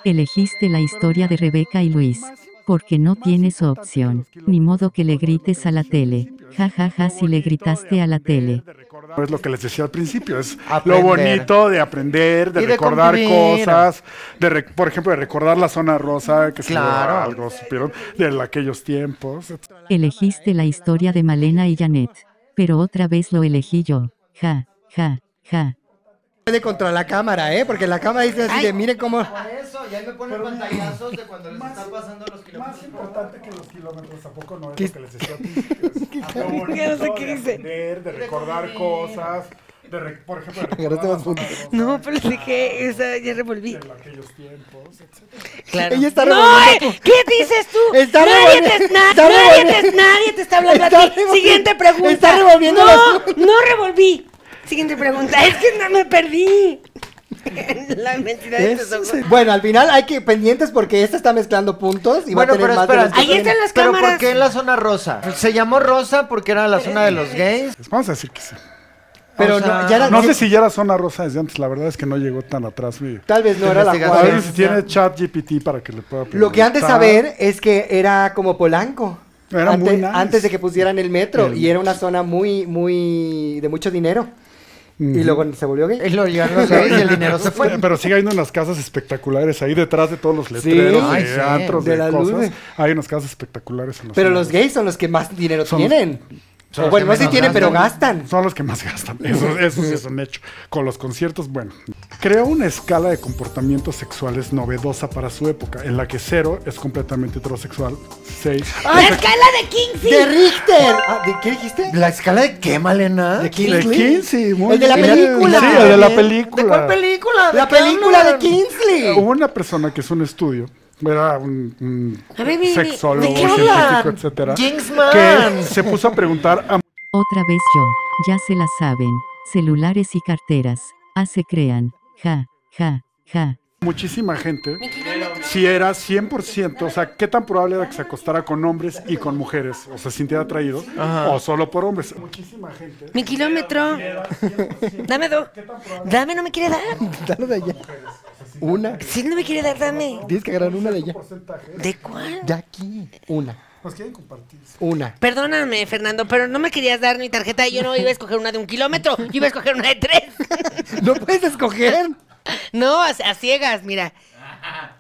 S10: Elegiste la historia de Rebeca y Luis, porque no tienes opción, ni modo que le grites a la tele. Ja ja ja si le gritaste a la tele.
S4: No es lo que les decía al principio, es
S1: Aprender.
S4: lo bonito de aprender, de
S1: Y de
S4: recordar
S1: convivir.
S4: cosas, de re- por ejemplo, de recordar la zona rosa, que
S1: Claro.
S4: se algo, supieron, de la- aquellos tiempos. etc.
S10: Elegiste la historia de Malena y Janet, pero otra vez lo elegí yo. Ja, ja, ja.
S3: puede contra la cámara, ¿eh? Porque la cámara dice así de,
S1: *laughs*
S3: mire cómo...
S1: Por eso, y ahí me ponen pantallazos de cuando les está pasando los kilómetros.
S4: Más importante que los kilómetros, ¿a poco no es lo que les decía al
S3: *laughs*
S4: principio? Es lo bonito
S5: Ya no sé qué
S4: de
S5: dice.
S4: aprender, de recordar cosas, de re- por ejemplo, de
S3: *laughs* Agarraste
S4: recordar
S3: más
S4: la zona
S3: puntos.
S4: rosa,
S5: No, pero dije, esa ya revolví.
S4: de aquellos tiempos, etc.
S5: Claro.
S3: Ella está
S5: ¡No!
S3: revolviendo
S5: ¿Qué dices tú?
S3: Está
S5: nadie,
S3: revolviendo-
S5: te, na-
S3: está
S5: nadie, te,
S3: revolviendo-
S5: nadie te está hablando
S3: Está
S5: a ti.
S3: revolviendo-
S5: Siguiente pregunta.
S3: está revolviendo
S5: No,
S3: las-
S5: no revolví. Siguiente pregunta. Es que no me perdí. *laughs* La mentira de tus ojos.
S3: Bueno, al final hay que pendientes porque esta está mezclando puntos y
S1: Bueno,
S3: va a tener
S1: pero
S3: más de
S1: espera.
S3: los que
S5: Ahí
S3: tienen.
S5: están las
S1: Pero
S5: cámaras.
S1: ¿por qué en la zona rosa? Se llamó rosa porque era la zona de los gays.
S4: Vamos a decir que sí.
S3: Pero
S1: o sea,
S3: no, ya era-
S4: No sé si ya era zona rosa desde antes, la verdad es que no llegó tan atrás. mi-
S3: Tal vez no era la
S1: Investigación.
S4: A
S3: Juárez.
S4: ver si tiene chat GPT para que le pueda
S3: Lo que han de
S4: preguntar.
S3: saber es que era como Polanco.
S4: Era
S3: antes,
S4: muy nice.
S3: antes de que pusieran el metro y era una zona muy, muy de mucho dinero. Y luego se volvió
S1: Y
S3: gay.
S1: lo llevaron los gays y el dinero se fue.
S4: *laughs* Pero sigue habiendo unas casas espectaculares ahí detrás de todos los letreros,
S3: Ay,
S4: de
S1: sí.
S4: antros, de,
S3: De las
S4: cosas.
S3: luces.
S4: Hay unas casas espectaculares en la
S3: Pero
S4: zona.
S3: los gays son los que más dinero
S4: Son-
S3: tienen.
S1: son los
S3: bueno,
S1: que
S3: no sé si
S1: menos
S3: tienen, pero
S1: gastan.
S3: gastan.
S4: Son los que más gastan, eso, eso sí es un hecho. Con los conciertos, bueno. Creó una escala de comportamientos sexuales novedosa para su época, en la que cero es completamente heterosexual, seis
S5: La escala de Kingsley.
S3: ¡De Richter! Ah, ¿de- ¿Qué dijiste?
S1: ¿La escala de qué, Malena?
S3: ¿De
S4: de
S3: Kingsley?
S4: 15, muy
S3: El de la
S4: bien.
S3: película.
S4: Sí, el de la
S3: ¿De
S4: película.
S1: ¿De cuál película? ¿De
S3: La
S1: qué
S3: película de
S1: hablan?
S4: Eh,
S3: Kingsley.
S4: Hubo una persona que es un estudio, era un, un
S5: A ver, mi-
S4: sexólogo,
S5: ¿de qué
S4: científico,
S1: hablan?
S4: etcétera,
S1: Kingsman.
S4: que se puso a preguntar a
S10: Otra vez yo, ya se la saben, celulares y carteras, ah se crean, ja, ja, ja.
S4: muchísima gente si era 100%, o sea, qué tan probable era que se acostara con hombres y con mujeres, o se sintiera atraído, o solo por hombres. Muchísima gente.
S5: Mi kilómetro. Dame dos. Dame, no me quiere dar.
S3: Dale de allá. Una.
S5: Si no me quiere dar, dame.
S3: Tienes que agarrar una de allá.
S5: ¿De cuál?
S3: Ya aquí. Una.
S4: Nos quieren compartir.
S3: Una.
S5: Perdóname, Fernando, pero no me querías dar mi tarjeta y yo no iba a escoger una de un kilómetro, yo iba a escoger una de tres.
S3: No puedes escoger.
S5: No, a, a ciegas, mira.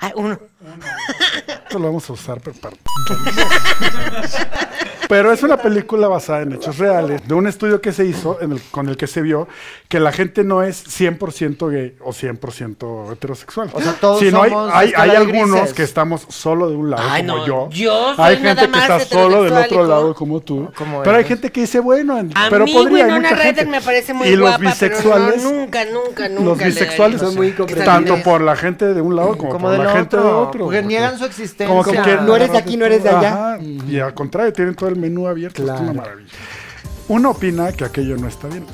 S5: Ah, uno.
S4: Esto lo vamos a usar, pero para- *laughs* Pero es una película basada en hechos reales, de un estudio que se hizo, en el- con el que se vio que la gente no es 100% gay o 100% heterosexual.
S1: O sea, todos
S4: Sino hay-
S1: somos
S4: hay, hay,
S1: escala de
S4: algunos
S1: grises.
S4: que estamos solo de un lado,
S5: Ay,
S4: como
S5: no,
S4: yo.
S5: yo soy
S4: hay
S5: nada
S4: gente que
S5: más
S4: está solo del
S5: heterosexual y
S4: otro
S5: todo.
S4: lado, como tú.
S1: Como
S4: pero hay
S1: eres.
S4: gente que dice, bueno, en-
S5: A
S4: pero
S5: mí,
S4: podría hay
S5: Winona
S4: mucha
S5: Ryder
S4: gente.
S5: me parece muy
S4: y
S5: guapa,
S4: los bisexuales,
S5: pero no, nunca, nunca, nunca.
S4: los
S5: le daría.
S4: bisexuales
S3: son muy incomprensibles.
S4: tanto por la gente de un lado como,
S1: Como
S4: por
S1: del
S4: la gente de
S1: otro, pues.
S4: otro.
S1: porque niegan su
S4: Como que
S1: existencia.
S4: quieren
S3: No eres de
S4: agarrar
S3: aquí, no eres de
S4: todo.
S3: allá.
S4: Ajá, Y al contrario, tienen todo el menú abierto. Es una
S3: Claro.
S4: maravilla. Uno opina que aquello no está bien.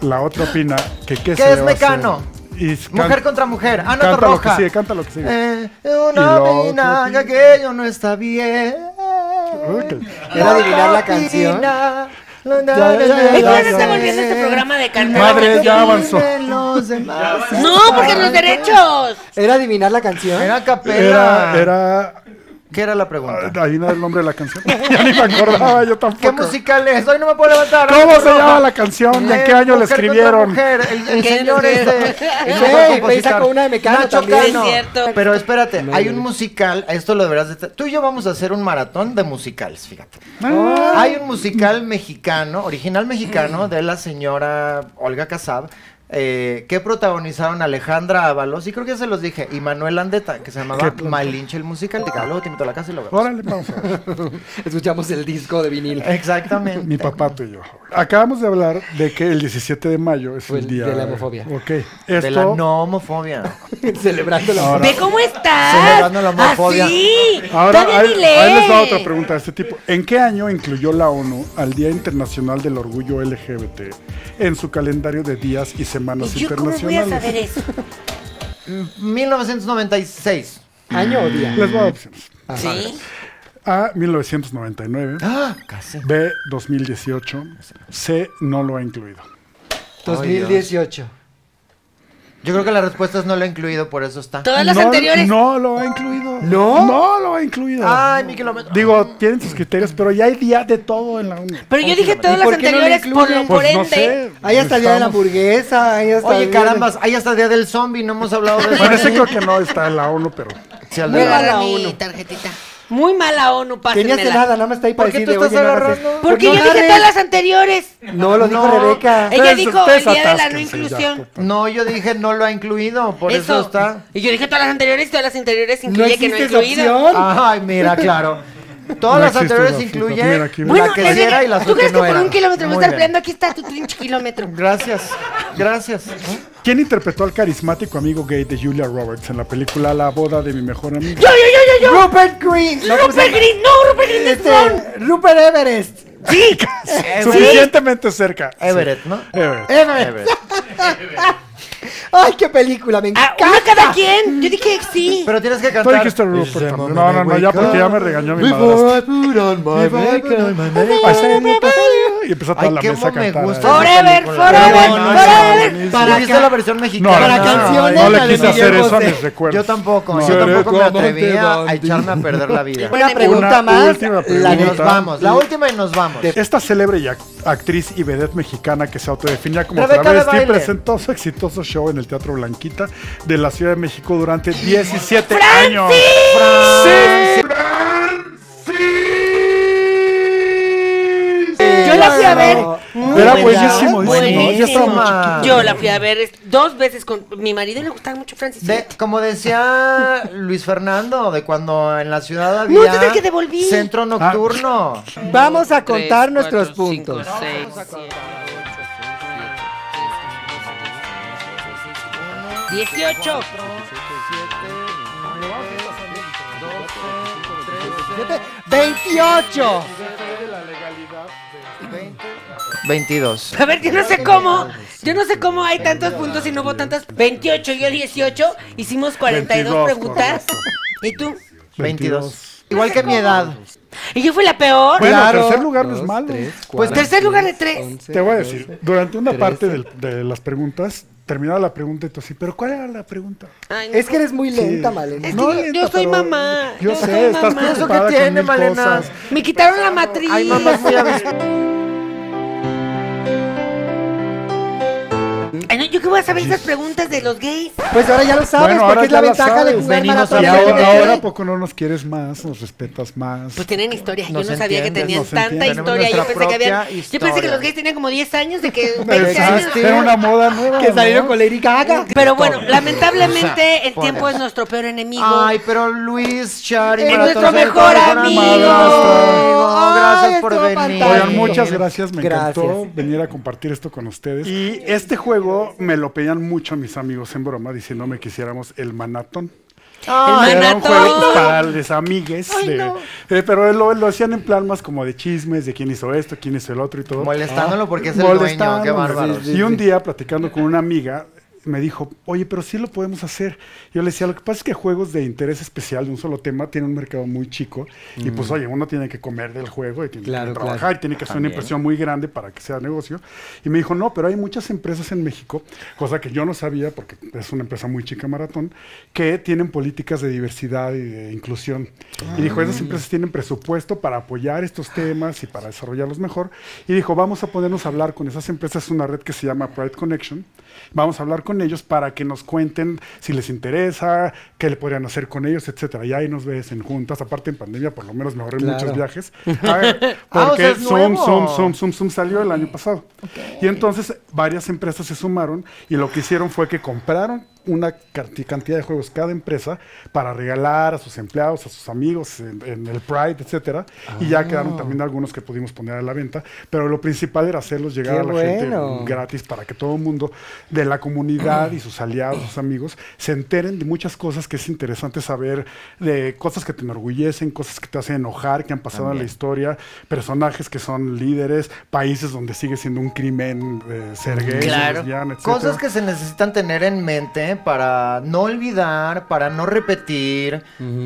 S4: La otra opina que qué, se
S1: es
S4: le va a hacer.
S1: Mecano?
S4: Y s-
S1: Mujer
S4: can-
S1: contra mujer. Ana
S4: canta lo que
S1: Torroja.
S4: sigue, canta lo que sigue.
S1: Eh,
S4: Y
S1: una
S4: lo
S1: mina
S4: que-
S1: que aquello no está bien.
S4: Ay, que-
S3: Era adivinar la canción.
S1: Mina, lo-
S4: ya, ya, ya,
S5: Es que
S4: ya,
S5: ahora está
S4: ya.
S5: volviendo este programa de cantar.
S4: Madre, ya avanzó.
S1: Dicen los demás.
S5: No, porque los derechos.
S3: ¿Era adivinar la canción?
S1: Era capela.
S4: Era, Ah, era.
S1: ¿Qué era la pregunta?
S4: Adivina el nombre de la canción. *laughs* ya ni me acordaba, yo tampoco.
S1: ¿Qué musical es? Hoy no me puedo levantar.
S4: ¿Cómo
S1: Ana
S4: se llama
S1: Torroja.
S4: la canción? ¿Y en
S1: Eh,
S4: qué
S1: mujer
S4: año la
S1: contra
S4: escribieron?
S1: mujer, el, el
S5: ¿Qué
S1: señor
S5: les
S3: *laughs*
S1: este.
S5: veo?
S1: el señor
S3: Ey, pues, sacó una de Mecano
S1: Nacho
S3: también.
S1: Cano.
S5: Es cierto.
S1: Pero espérate, hay un musical, esto lo deberás de... Tú y yo vamos a hacer un maratón de musicales, fíjate.
S4: Ah.
S1: Hay un musical mexicano, original mexicano, de la señora Olga Casab, eh, que protagonizaron Alejandra Ábalos, y creo que ya se los dije, y Manuel Andeta, que se llamaba
S4: ¿Qué? Oh.
S1: Malinche el musical. Te- Luego te invito a la casa y lo vemos.
S4: Órale, vamos a ver.
S3: *laughs* Escuchamos el disco de vinil. *laughs*
S1: Exactamente.
S4: Mi papá, tú y yo. Acabamos de hablar de que el 17 de mayo es
S3: Fue
S4: el
S3: el
S4: día
S3: de la homofobia.
S4: Ok.
S1: De la
S4: Esto,
S1: no homofobia.
S3: Celebrando la
S4: Ahora.
S5: Ve cómo estás.
S1: Celebrando la homofobia.
S5: Así.
S4: ahora
S5: Todavía
S4: ahí,
S5: ni
S4: ahí les va
S5: lee.
S4: otra pregunta de este tipo. ¿En qué año incluyó la ONU al Día Internacional del Orgullo LGBT en su calendario de días y semanas
S5: ¿Y yo cómo voy a saber
S4: internacionales?
S5: eso?
S1: 1996.
S3: año o día.
S4: Les voy a dar opciones.
S5: Sí.
S4: A 1999,
S1: Ah, casi.
S4: B 2018, C no lo ha incluido.
S3: 2018.
S1: Yo creo que la respuesta es no lo he incluido, por eso está.
S5: Todas las
S4: no,
S5: anteriores.
S4: No lo ha incluido.
S3: ¿No?
S4: No lo ha incluido.
S1: Ay, mi kilómetro.
S4: Digo, tienen sus criterios, pero ya hay día de todo en la ONU.
S5: Pero yo dije
S3: ¿Y
S5: todas las
S3: por qué no lo
S5: anteriores por,
S3: incluyen?
S5: lo- por
S4: Pues no
S5: ende.
S4: sé.
S3: Ahí está el día de
S4: Estamos-
S3: la hamburguesa. Ahí está el
S1: Oye,
S3: día de-
S1: carambas, ahí hasta Día del Zombie, no hemos hablado de eso.
S4: Bueno, ese creo que no está en la ONU, pero.
S1: Sí, al de
S5: Muy
S1: la-
S5: mala
S3: la
S5: mi
S3: ONU.
S5: tarjetita. Muy mala ONU,
S3: Que ni hace este nada,
S5: pásenmela.
S3: nada más está ahí
S1: ¿Por
S3: para
S1: qué tú
S3: decirle,
S1: estás
S3: oye, no hagas
S1: agarrando?
S3: eso.
S5: Porque
S3: Pues
S5: yo
S3: no
S5: dije
S3: agarres.
S5: todas las anteriores.
S3: No, lo dijo
S1: No.
S3: Rebeca.
S5: Ella
S4: Ustedes-
S5: dijo el
S4: ustedes
S5: día de la no
S4: atásquense, ya,
S5: inclusión.
S1: No, yo dije no lo ha incluido, por eso, está.
S5: Y yo dije todas las anteriores, todas las anteriores
S3: No Ah.
S5: incluye que no
S3: existe
S5: he
S3: esa
S5: incluido.
S3: opción.
S1: Ay, mira, claro. Todas
S4: No
S1: las
S4: existe
S1: anteriores
S4: la fruta.
S1: incluyen
S4: Mira, aquí-
S5: Bueno,
S1: la que
S5: les
S1: sí era
S5: dije,
S1: y las
S5: ¿tú
S1: otras
S5: crees que
S1: no
S5: por
S1: eran.
S5: un kilómetro
S1: Muy
S5: me estás
S1: bien.
S5: peleando? Aquí está tu trinch kilómetro.
S1: Gracias, gracias.
S4: ¿Quién interpretó al carismático amigo gay de Julia Roberts en la película La boda de mi mejor amigo?
S5: ¡Yo, yo, yo, yo, yo!
S3: Rupert Green. No, ¿cómo se
S5: ¡Rupert
S3: llama?
S5: Green! ¡No, Rupert Green es Ron!
S3: Este, Rupert Everest.
S4: ¡Sí! Suficientemente cerca. Sí.
S1: Eh, Everett, ¿no?
S4: Everett.
S3: Everest. *laughs* Ay, qué película, me
S5: Ah,
S3: encanta.
S5: ¿Una cada quien? Yo dije que sí.
S1: Pero tienes que
S4: Tú
S1: cantar.
S4: dijiste Rupert. No, no, no, ya porque ya me regañó mi madrastra. Ahí está, ahí está. Y empezó toda
S1: Ay,
S4: la
S1: qué
S4: mesa a
S1: cómo me
S4: cantar.
S1: gusta.
S4: ahí.
S5: Forever, forever, forever.
S1: Para ¿Viste la versión mexicana?
S4: No, no, no,
S3: canciones,
S4: no le
S3: la de
S4: quise hacer
S3: Miguel
S4: eso a
S3: Bosé.
S4: mis recuerdos.
S1: Yo tampoco,
S4: No.
S1: yo tampoco me
S3: Pero ¿cómo te
S1: atrevía
S3: van,
S1: a echarme a perder la vida.
S5: Una
S3: Una pregunta
S4: Una
S3: más.
S4: última
S3: la
S1: Y
S4: pregunta.
S3: de
S1: nos vamos, la última y nos vamos.
S4: Esta célebre y ac- actriz y vedette mexicana que se autodefinía como
S1: Rebeca de
S4: travesti
S1: baile.
S4: presentó su exitoso show en el Teatro Blanquita de la Ciudad de México durante 17 años.
S5: Yo la fui a ver.
S3: Claro.
S5: Muy
S4: Era
S5: buena.
S4: buenísimo, dice, ¿no? Ya estaba muy
S5: Buenísima.
S1: chiquito.
S5: Yo la fui a ver es- dos veces con mi marido le gustaba mucho Francis.
S1: De- como decía Luis Fernando, de cuando en la ciudad había
S5: No, es el que devolví.
S1: centro nocturno.
S3: Vamos a contar nuestros puntos.
S5: Dieciocho.
S3: ¡28!
S1: 22.
S5: A ver, yo no sé cómo. Yo no sé cómo hay tantos puntos y no hubo tantas. 28, yo 18. Hicimos 42
S4: 22,
S5: preguntas.
S4: correcto.
S5: ¿Y tú?
S1: 22. Igual que mi edad.
S5: Y yo fui la peor.
S4: Bueno,
S3: Claro.
S4: tercer lugar no es
S3: Dos,
S4: malo.
S3: tres,
S1: Pues
S3: cuatro,
S5: tercer lugar de
S3: diez,
S5: tres.
S3: once,
S4: Te voy a
S3: doce.
S4: decir, durante una
S3: trece.
S4: parte del- de las preguntas, terminaba la pregunta y tú así, ¿pero cuál era la pregunta?
S5: Ay, no.
S3: Es que eres muy lenta, Malena.
S5: Es que yo- yo soy
S4: pero
S5: mamá,
S4: Yo,
S5: yo
S4: sé,
S5: soy
S4: estás
S5: mamá.
S1: ¿Eso qué
S4: preocupada
S1: tiene,
S4: con mil
S1: Malena?
S4: cosas.
S5: Me quitaron la matriz.
S1: Ay, mamá, muy avis-
S5: Ay, no, yo qué vas a ver esas preguntas de los gays?
S3: Pues ahora ya lo sabes,
S4: Bueno, ahora
S3: porque es
S4: ya
S3: la
S4: lo
S3: ventaja de
S4: sabes.
S3: jugar
S1: Venimos
S3: maratón.
S4: Y
S1: Ahora
S4: ahora,
S1: aprendí.
S4: ahora, ¿a poco no nos quieres más? ¿Nos respetas más?
S5: Pues tienen historia. Yo
S1: Nos
S5: no sabía que
S1: entiendes,
S5: tenían
S4: nos
S5: tanta
S4: entiendes.
S5: historia. Yo
S1: Tenemos
S5: pensé que habían.
S1: nuestra
S5: Yo pensé que
S1: propia
S5: los gays tenían como 10 años, de que
S4: Pero
S5: 20 años.
S4: existe una moda nueva.
S3: Que salieron
S4: ¿no?
S3: con Lady Gaga.
S5: Pero bueno,
S1: O sea,
S5: lamentablemente el
S1: por-
S5: tiempo es nuestro peor enemigo.
S1: Ay, pero Luis, Chari,
S3: Es
S1: Maratón
S5: nuestro
S1: Centro,
S5: mejor
S1: gran
S5: amigo.
S1: amigo.
S3: Ay,
S1: Gracias por
S3: estuvo
S1: venir.
S3: fantástico.
S4: Oigan, muchas gracias, me encantó
S3: Gracias.
S4: venir a compartir esto con ustedes. Y este juego me lo pedían mucho mis amigos en broma, diciéndome que hiciéramos el manatón.
S5: Ay,
S4: Que Era un
S5: Manatón.
S4: juego para los amigues. de- eh, pero lo, lo hacían en plan más como de chismes, de quién hizo esto, quién hizo el otro y todo.
S1: Molestándolo porque es el dueño,
S4: Molestándome.
S1: qué bárbaro.
S4: Y un día platicando con una amiga me dijo, oye, pero sí lo podemos hacer. Yo le decía, lo que pasa es que juegos de interés especial de un solo tema tienen un mercado muy chico y pues
S1: Mm.
S4: oye, uno tiene que comer del juego y tiene
S3: Claro,
S4: que
S3: claro.
S4: trabajar y tiene que hacer una inversión muy grande para que sea negocio. Y me dijo, no, pero hay muchas empresas en México, cosa que yo no sabía porque es una empresa muy chica maratón, que tienen políticas de diversidad y de inclusión. Y dijo, esas empresas tienen presupuesto para apoyar estos temas y para desarrollarlos mejor. Y dijo, vamos a ponernos a hablar con esas empresas, es una red que se llama Pride Connection. Vamos a hablar con ellos para que nos cuenten si les interesa, qué le podrían hacer con ellos, etcétera. Y ahí nos ves en juntas, aparte en pandemia, por lo menos me ahorré
S3: Claro.
S4: muchos viajes. A ver,
S1: Ah, o sea,
S4: porque
S1: es
S4: Zoom,
S1: nuevo.
S4: Zoom, Zoom, Zoom, Zoom salió el año pasado. Y entonces varias empresas se sumaron y lo que hicieron fue que compraron una carti- cantidad de juegos cada empresa para regalar a sus empleados, a sus amigos en, en el Pride, etcétera. Y
S1: Ah.
S4: ya quedaron también algunos que pudimos poner a la venta, pero lo principal era hacerlos llegar
S3: ¡Qué
S4: a la
S3: bueno!
S4: gente gratis para que todo el mundo de la comunidad y sus aliados, sus amigos, se enteren de muchas cosas que es interesante saber, de cosas que te enorgullecen, cosas que te hacen enojar, que han pasado en la historia, personajes que son líderes, países donde sigue siendo un crimen eh, ser gay, ser
S5: Claro.
S4: lesbiana, etcétera.
S1: Cosas que se necesitan tener en mente para no olvidar, para no repetir,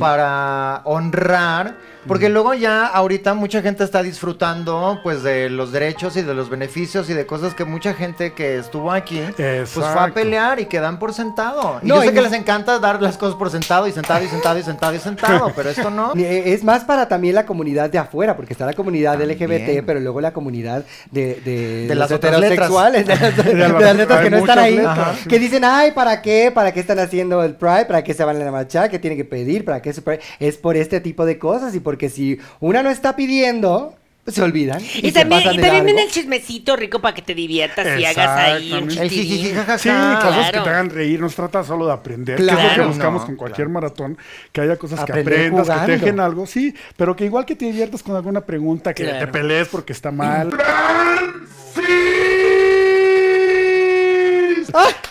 S1: para honrar, porque luego ya ahorita mucha gente está disfrutando pues de los derechos y de los beneficios y de cosas que mucha gente que estuvo aquí pues fue a
S4: Exacto.
S1: pelear y quedan por sentado. Y
S3: No,
S1: yo sé
S3: y
S1: que
S3: ni-
S1: les encanta dar las cosas por sentado y sentado y sentado y sentado y sentado, pero esto no.
S3: *laughs* Ni- eh, Es más para también la comunidad de afuera, porque está la comunidad LGBT,
S1: También.
S3: pero luego la comunidad de, de,
S1: De
S3: los
S1: las otras letras.
S3: heterosexuales,
S1: *laughs*
S3: de las, de las letras
S4: Hay
S3: que no están
S4: muchas
S3: ahí,
S4: letras,
S3: que dicen, ay, ¿para qué? ¿Para qué están haciendo el Pride? ¿Para qué se van a marchar? ¿Qué tienen que pedir? ¿Para qué? se pre-?" Es por este tipo de cosas y porque si una no está pidiendo, pues, se olvidan.
S5: Y,
S3: se
S5: también,
S3: pasan
S5: y
S3: de
S5: también
S3: largo.
S5: viene el chismecito rico para que te diviertas y hagas ahí un
S4: Exactamente.
S1: El
S5: chistirín.
S1: jijijijajaja.
S4: Sí, cosas que
S5: Claro.
S4: te hagan reír, no se trata solo de aprender, que es lo
S1: Claro,
S4: que buscamos
S1: no,
S4: con cualquier maratón, que haya cosas que
S3: Aprender
S4: aprendas, que te
S3: jugando.
S4: dejen algo, sí, pero que igual que te diviertas con alguna pregunta, que
S5: Claro.
S4: te pelees porque está mal.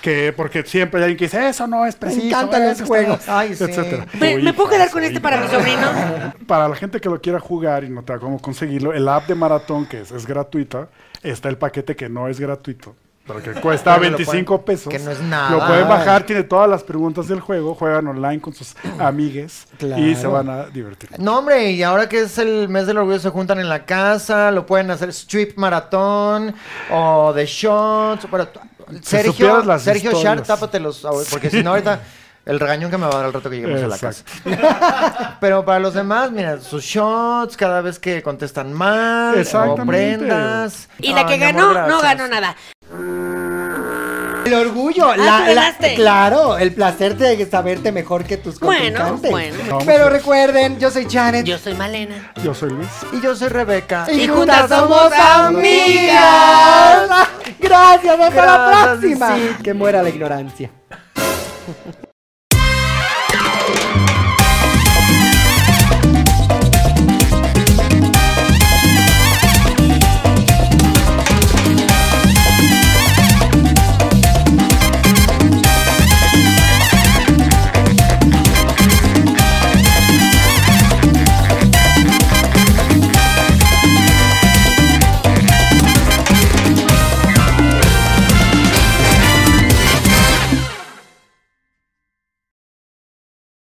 S4: Que porque siempre hay alguien que dice, eso no es preciso.
S3: encantan
S4: eso
S3: los
S4: está-
S3: juegos.
S1: Ay, sí.
S4: etcétera.
S5: ¿Me, me puedo
S4: Uy,
S5: quedar con
S4: uy,
S5: este para mi
S4: uy.
S5: sobrino?
S4: *laughs* Para la gente que lo quiera jugar y no te cómo conseguirlo, el app de Maratón, que es, es gratuita, está el paquete que no es gratuito, pero que cuesta
S1: Pero lo
S4: 25
S1: pueden-
S4: pesos.
S1: que no es nada.
S4: Lo pueden bajar, tiene todas las preguntas del juego, juegan online con sus amigues y se
S3: Claro.
S4: van a divertir.
S1: No, hombre, y ahora que es el mes del orgullo, se juntan en la casa, lo pueden hacer strip maratón o de shots. Pero, tú-
S4: Si
S1: Sergio,
S4: supieras las
S1: Sergio
S4: historias.
S1: Shar, tápate los. ahor- Porque si no, ahorita el regañón que me va a dar al rato que lleguemos a la casa.
S4: Exacto.
S1: Pero para los demás, mira, sus shots cada vez que contestan mal, o
S4: Exactamente.
S1: prendas.
S5: Y la
S1: Ay,
S5: que
S1: mi
S5: ganó,
S1: amor,
S5: no
S1: gracias.
S5: ganó nada.
S3: El orgullo, la-
S5: Ah, tú
S3: la-
S5: ganaste.
S3: claro, el placer de saberte mejor que tus
S5: Bueno,
S3: contrincantes.
S5: bueno.
S3: Pero recuerden, yo soy Janet.
S5: Yo soy Malena.
S4: Yo soy Luis.
S1: Y yo soy Rebeca.
S5: Y juntas somos amigas.
S3: Gracias, hasta la
S1: Gracias,
S3: próxima.
S1: sí.
S3: Que muera la ignorancia.